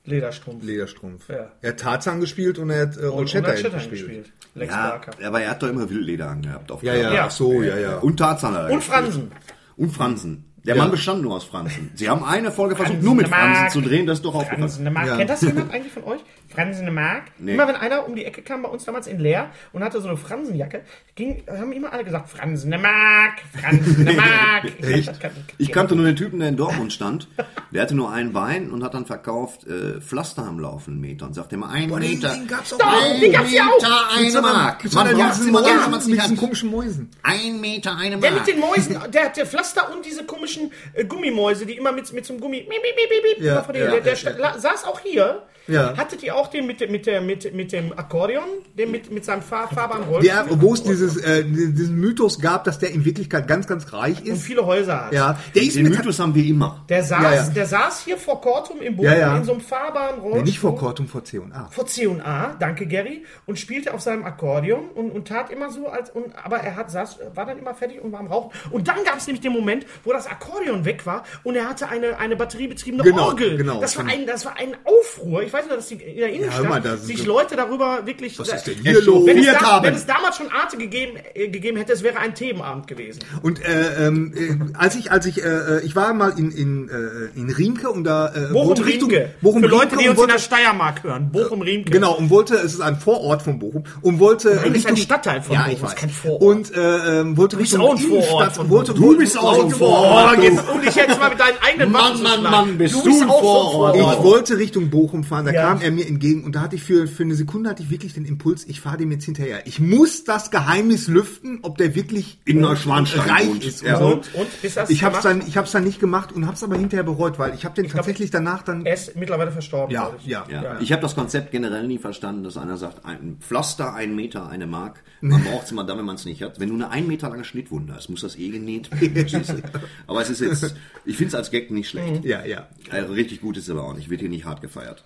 Lederstrumpf. Lederstrumpf. Ja. Er hat Tarzan gespielt und er hat äh, Ron und Shatterhand Shatterhand gespielt. gespielt. Lex ja, Barker. aber er hat doch immer Wildleder angehabt. Auf Ja, Dauer. ja, Ja. Ach so, ja, ja. Und Tarzan hat er Und gespielt. Fransen. Und Fransen. Der Ja. Mann bestand nur aus Fransen. Sie haben eine Folge versucht, nur mit Fransen, der Fransen Mark. zu drehen, das ist doch Fransen aufgefallen. de Mark. Ja. Kennt das jemand eigentlich von euch? Fransen de Mark? Nee. Immer wenn einer um die Ecke kam bei uns damals in Leer und hatte so eine Fransenjacke, ging, haben immer alle gesagt, Fransen de Mark, Fransen de Mark. Ich, kann- Ich kannte nur den Typen, der in Dortmund stand. Der hatte nur ein Bein und hat dann verkauft äh, Pflaster am Laufenden Meter und sagte immer ein Meter. gab's auch Doch, die gab's ja auch. Meter, eine Mark. Man Man braucht's diesen immer, Mäusen, wenn man's mit nicht diesen hat. komischen Mäusen. Ein Meter, eine Der mit Mark. den Mäusen, der hat der Pflaster und diese komischen äh, Gummimäuse, die immer mit, mit so einem Gummi, miep, miep, miep, miep, Ja, immer vor dir- ja, der, der ja, sta- la- saß auch hier. Ja. Hattet ihr auch auch den mit, dem- mit, der, mit, mit dem Akkordeon, den mit, mit seinem Fa- fahrbaren Rollen Der, wo es dieses, äh, diesen Mythos gab, dass der in Wirklichkeit ganz, ganz reich und ist. viele Häuser hat. Ja, der ist Den mit Mythos haben wir immer. Der, saß, Ja, ja. der saß hier vor Kortum im Boden Ja, ja. in so einem fahrbaren Rollstuhl. Nee, halt nicht vor Kortum, vor C&A. vor C&A, danke Gary, und spielte auf seinem Akkordeon und, und tat immer so, als und, aber er hat, saß, war dann immer fertig und war am Rauchen. Und dann gab es nämlich den Moment, wo das Akkordeon weg war und er hatte eine, eine batteriebetriebene Genau, Orgel. genau, das, war stimmt. ein, das war ein Aufruhr. Ich weiß nur, dass die, in der Innenstadt hör mal, das ist sich so- Leute darüber wirklich... Was ist denn hier los? Wenn es, Vier da, Taben. wenn es damals schon Arte gegeben, äh, gegeben hätte, es wäre ein Themenabend gewesen. Und äh, ähm, äh, als ich, als ich, äh, äh, ich war mal in, in, äh, in Riemke und da äh, wollte Bochum-Riemke. Bochum Für Leute, die und uns in wollte, der Steiermark hören. Bochum-Riemke. genau und wollte, es ist ein Vorort von Bochum und wollte ist ein Stadtteil von ja, Bochum, Ich das weiß. ist kein Vorort. Und äh, ähm, wollte bist Richtung auch ein Vorort Innenstadt- von wollte, Bochum. Du bist auch ein Vorort, Oh, jetzt, und ich jetzt mal mit deinen eigenen Mann, Waffen zu Mann, schlagen. Mann, bist du bist ein auch so Vorort. Ich wollte Richtung Bochum fahren, da Ja. kam er mir entgegen und da hatte ich für, für eine Sekunde hatte ich wirklich den Impuls, ich fahre dem jetzt hinterher. Ich muss das Geheimnis lüften, ob der wirklich In Neuschwanstein wohnt. reich ist. Ja. Und so. Und, und ist das Ich habe es gemacht? dann, ich hab's dann nicht gemacht und habe es aber hinterher bereut, weil ich habe den tatsächlich danach dann. Er ist mittlerweile verstorben. Ja, glaub ich. ja, Ja. Ich habe das Konzept generell nie verstanden, dass einer sagt, ein Pflaster, ein Meter, eine Mark. Man braucht es immer dann, wenn man es nicht hat. Wenn du eine ein Meter lange Schnittwunde hast, muss das eh genäht werden. verstehst du? Aber es ist jetzt, ich finde es als Gag nicht Mhm. schlecht. ja, ja. Äh, richtig gut ist es aber auch nicht. Wird hier nicht hart gefeiert.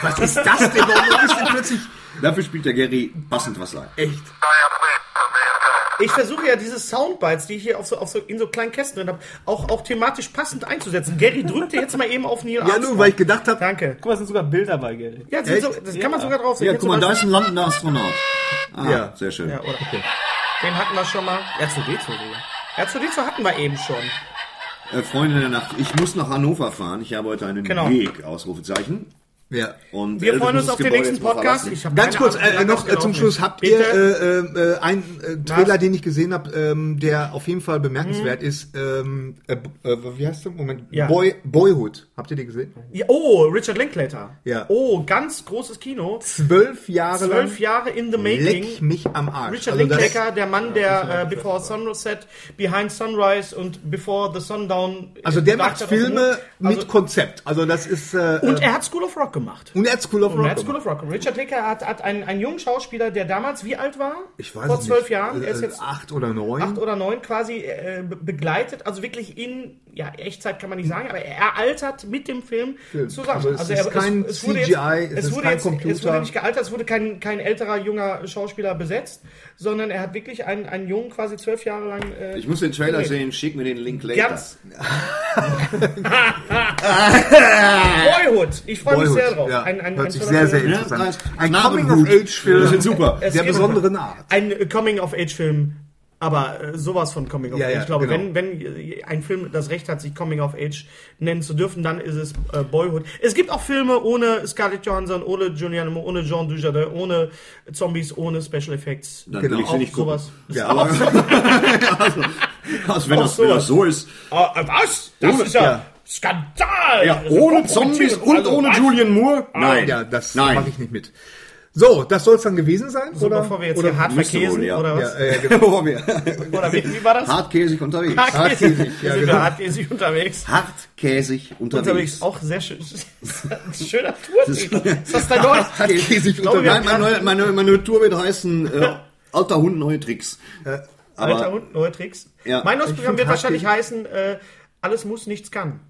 Was ist das denn? Warum ist denn plötzlich Dafür spielt der Gary passend was ein. echt? Ich versuche ja diese Soundbites, die ich hier auf so, auf so, in so kleinen Kästen drin habe, auch, auch thematisch passend einzusetzen. Gary drückte jetzt mal eben auf Neil Ja, nur weil ich gedacht habe, Danke. Guck mal, es sind sogar Bilder bei, Gary. Ja, sind so, Echt? das kann man sogar drauf sehen. Ja, Hier guck mal, zum da ist ein landender Astronaut. Ah, Ja. sehr schön. Beispiel- Ja, oder? Den hatten wir schon mal. R2D2. sogar. R2D2 hatten wir eben schon. Äh, Freunde der Nacht, ich muss nach Hannover fahren. Ich habe heute einen Genau. Weg, Ausrufezeichen. Ja. Und Wir Elvis freuen muss uns das auf den Gebäude nächsten jetzt mal Podcast. verlassen. Ich hab Ganz keine kurz Ahnung, äh, noch äh, zum wie das gelaufen Schluss. ist. Habt Bitte? ihr äh, äh, äh, einen äh, Trailer, den ich gesehen habe, ähm, der auf jeden Fall bemerkenswert ist? Ähm, äh, b- äh, wie heißt der? Moment. Mhm. Ja. Boy, Boyhood. Habt ihr den gesehen? Ja, oh, Richard Linklater. Ja. Oh, ganz großes Kino. Zwölf Jahre Zwölf lang. Jahre in the Leck making. mich am Arsch. Richard Also das- Linklater, der Mann, der äh, Before Sunset, Behind Sunrise und Before the Sundown. also der äh, macht Dark Side of the Filme Moon. mit Also- Konzept. Also das ist äh, Und äh, er hat School of Rock gemacht. und er hat School of Und er Rock. hat School gemacht. of Rock. Richard Linklater hat, hat einen, einen jungen Schauspieler, der damals wie alt war? Ich weiß Vor es zwölf nicht. Jahren. Er ist Äh, jetzt acht oder neun. acht oder neun quasi äh, be- begleitet, also wirklich in, ja, Echtzeit kann man nicht sagen, aber er altert mit dem Film zusammen. Also es ist er, kein CGI, es jetzt, es, ist wurde kein jetzt, Es Computer. wurde nicht gealtert, es wurde kein, kein älterer, junger Schauspieler besetzt, sondern er hat wirklich einen, einen Jungen quasi zwölf Jahre lang... Äh, Ich muss den Trailer Nee. sehen, schick mir den Link later. Ganz. Boyhood. Ich freue mich Boyhood, sehr drauf. Ja, Ein, ein, hört ein sich toller sehr, sehr Film. interessant. Ja, Ein Narbenhut. Coming-of-Age-Film Das sind super. Es der gibt- besonderen Art. Ein äh, Coming-of-Age-Film, aber äh, sowas von Coming-of-Age. Ja, ja, ich glaube, genau. wenn, wenn äh, ein Film das Recht hat, sich Coming-of-Age nennen zu dürfen, dann ist es äh, Boyhood. Es gibt auch Filme ohne Scarlett Johansson, ohne Giuliano, ohne Jean Dujardin, ohne Zombies, ohne Special Effects. Dann Genau. will ich sie Auch nicht gucken. sowas. Ja, Aber, also, also wenn, das, wenn das so ist. Ah, äh, was? Das Ohne- ist ja, ja. Skandal! Ja, Also ohne oh, kompromittierend. Zombies und Also, ohne was? Julian Moore? Nein. Ah, Ja, das Nein. mache ich nicht mit. So, das soll es dann gewesen sein, So, oder? bevor wir jetzt oder hier hart müsste verkäsen, wohl, ja. oder was? ja, äh, genau. Wo wir? Oder wie, wie war das? Hartkäsig unterwegs. Hartkäsig. Hartkäsig, ja, Da sind wir genau. hartkäsig unterwegs. Hartkäsig unterwegs. Unterwegs auch sehr schön. Schöner Tourtitel. Ist das dein neues? Hartkäsig Ich glaube, wir Nein, haben meine, gerade- neue, meine, meine Tour wird heißen äh, Alter Hund, neue Tricks. Aber Äh, Alter Hund, neue Tricks. Ja. Mein neues Programm wird find Hartkäse- wahrscheinlich heißen, äh, alles muss, nichts kann.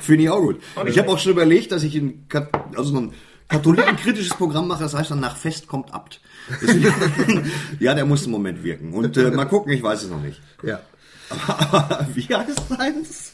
finde ich auch gut. nicht Ich habe schlecht. auch schon überlegt, dass ich ein, Kat also so ein katholikenkritisches Programm mache, das heißt dann nach Fest kommt Abt. Deswegen- ja, der muss im Moment wirken. Und äh, mal gucken, ich weiß es noch nicht. Ja. Aber wie heißt eins?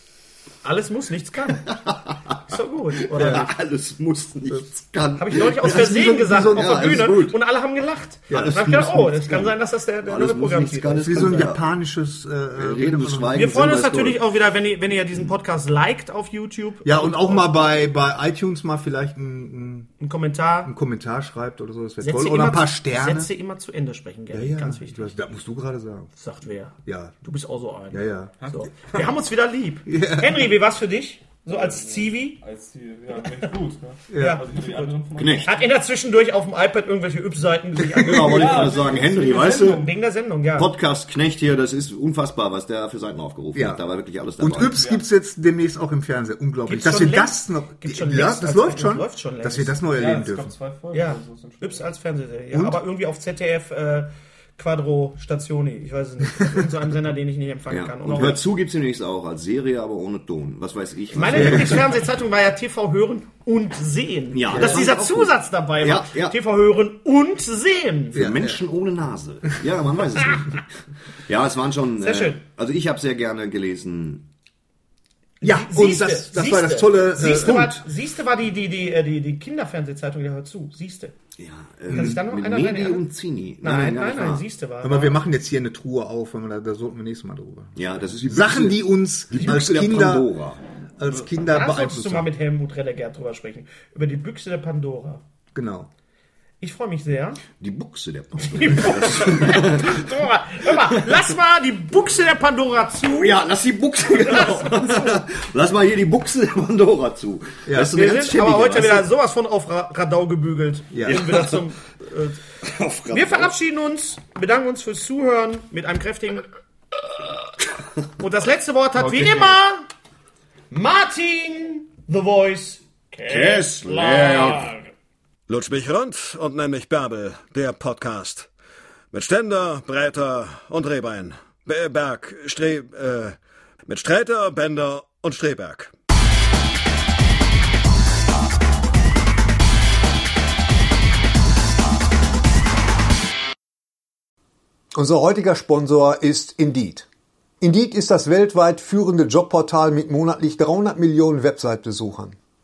Alles muss, nichts kann. Ist doch gut, oder? Alles muss nichts kann. Habe ich neulich aus Ja, das ist Versehen wie so- gesagt wie so- auf ja, der alles Bühne gut. und alle haben gelacht. Ja, alles ich gedacht, muss, oh, nichts das kann kann. sein, dass das der, der Alles neue muss, nichts Programmtitel kann. ist. Das ist wie so ein Ja. japanisches äh, Reden des Schweigens. Wir freuen uns Silber ist natürlich Gold. auch wieder, wenn ihr, wenn ihr diesen Podcast liked auf YouTube. Äh, Ja, und auch mal bei, bei iTunes mal vielleicht einen, Einen Kommentar. einen Kommentar schreibt oder so, das wäre Sätze toll. Oder ein immer paar zu- Sterne. Sätze immer zu Ende sprechen, Gary. Ganz wichtig. Das, das musst du gerade sagen. Sagt wer? Ja. Du bist auch so ein. Ja, ja. So. Wir haben uns wieder lieb. Henry, wie war's für dich? So als Zivi. Als die, ja, echt gut, ne? Ja. Also die anderen von Knecht. Hat er da zwischendurch auf dem iPad irgendwelche Übseiten sich angeguckt? Genau, wollte ich gerade sagen. Henry, weißt du? Wegen der Sendung, ja. Podcast Knecht hier, das ist unfassbar, was der für Seiten aufgerufen Ja. hat. Da war wirklich alles dabei. Und Yps gibt's jetzt demnächst auch im Fernsehen. Unglaublich. Gibt's dass wir schon das längst? noch. Gibt's schon ja, längst das als läuft Video. schon. Läuft schon dass längst. wir das noch Ja, erleben es dürfen. gab zwei Folgen Ja, oder so. Sind schon Yps als Fernsehserie. Ja, aber irgendwie auf ZDF äh, Quadro Stationi. Ich weiß es nicht. Auf so einem Sender, den ich nicht empfangen ja. kann. Und auch- hör zu gibt's demnächst auch als Serie, aber ohne Ton. Was weiß ich. Meine Lieblingsfernsehzeitung war ja TV hören und sehen. Ja, das Dass fand ich dieser auch gut. Zusatz dabei war. Ja, ja. TV hören und sehen. Für Menschen ohne Nase. Ja, man weiß es nicht. Ja, es waren schon. Sehr schön. Also ich habe sehr gerne gelesen. Ja, und Siehste, das, das siehste. war das tolle. Äh, Siehste war, Punkt. siehste war die, die, die, äh, die, die Kinderfernsehzeitung, die hört zu. Siehste. Ja, äh, ich da noch mit einer- Medi eine- und Zini. Nein, gar nein, nicht nein, wahr. siehste war. Hör mal, wir machen jetzt hier eine Truhe auf, wenn wir da, da sollten wir nächstes Mal drüber. Ja, das ist die Sachen, Büchse- die äh, uns die als Büchse der Kinder, Pandora. als Kinder da solltest beeinflusst du mal haben. mit Helmut Rellengert drüber sprechen. Über die Büchse der Pandora. Genau. Ich freue mich sehr. Die Buchse der Pandora. Die Buchse der Pandora. Hör mal, lass mal die Buchse der Pandora zu. Ja, lass die Buchse. Genau. lass mal hier die Buchse der Pandora zu. Ja, das ist Wir sind aber heute wieder sowas von auf Ra Radau gebügelt. Ja. Sind wir da zum, äh, wir verabschieden uns, bedanken uns fürs Zuhören mit einem kräftigen. Und das letzte Wort hat wie immer Martin The Voice. Kessler. Lutsch mich rund und nenn mich Bärbel, der Podcast. Mit Ständer, Breiter und Rehbein. Be- Berg, Stre... Äh, mit Sträter, Bender und Streberg. Unser heutiger Sponsor ist Indeed. Indeed ist das weltweit führende Jobportal mit monatlich 300 Millionen Website-Besuchern.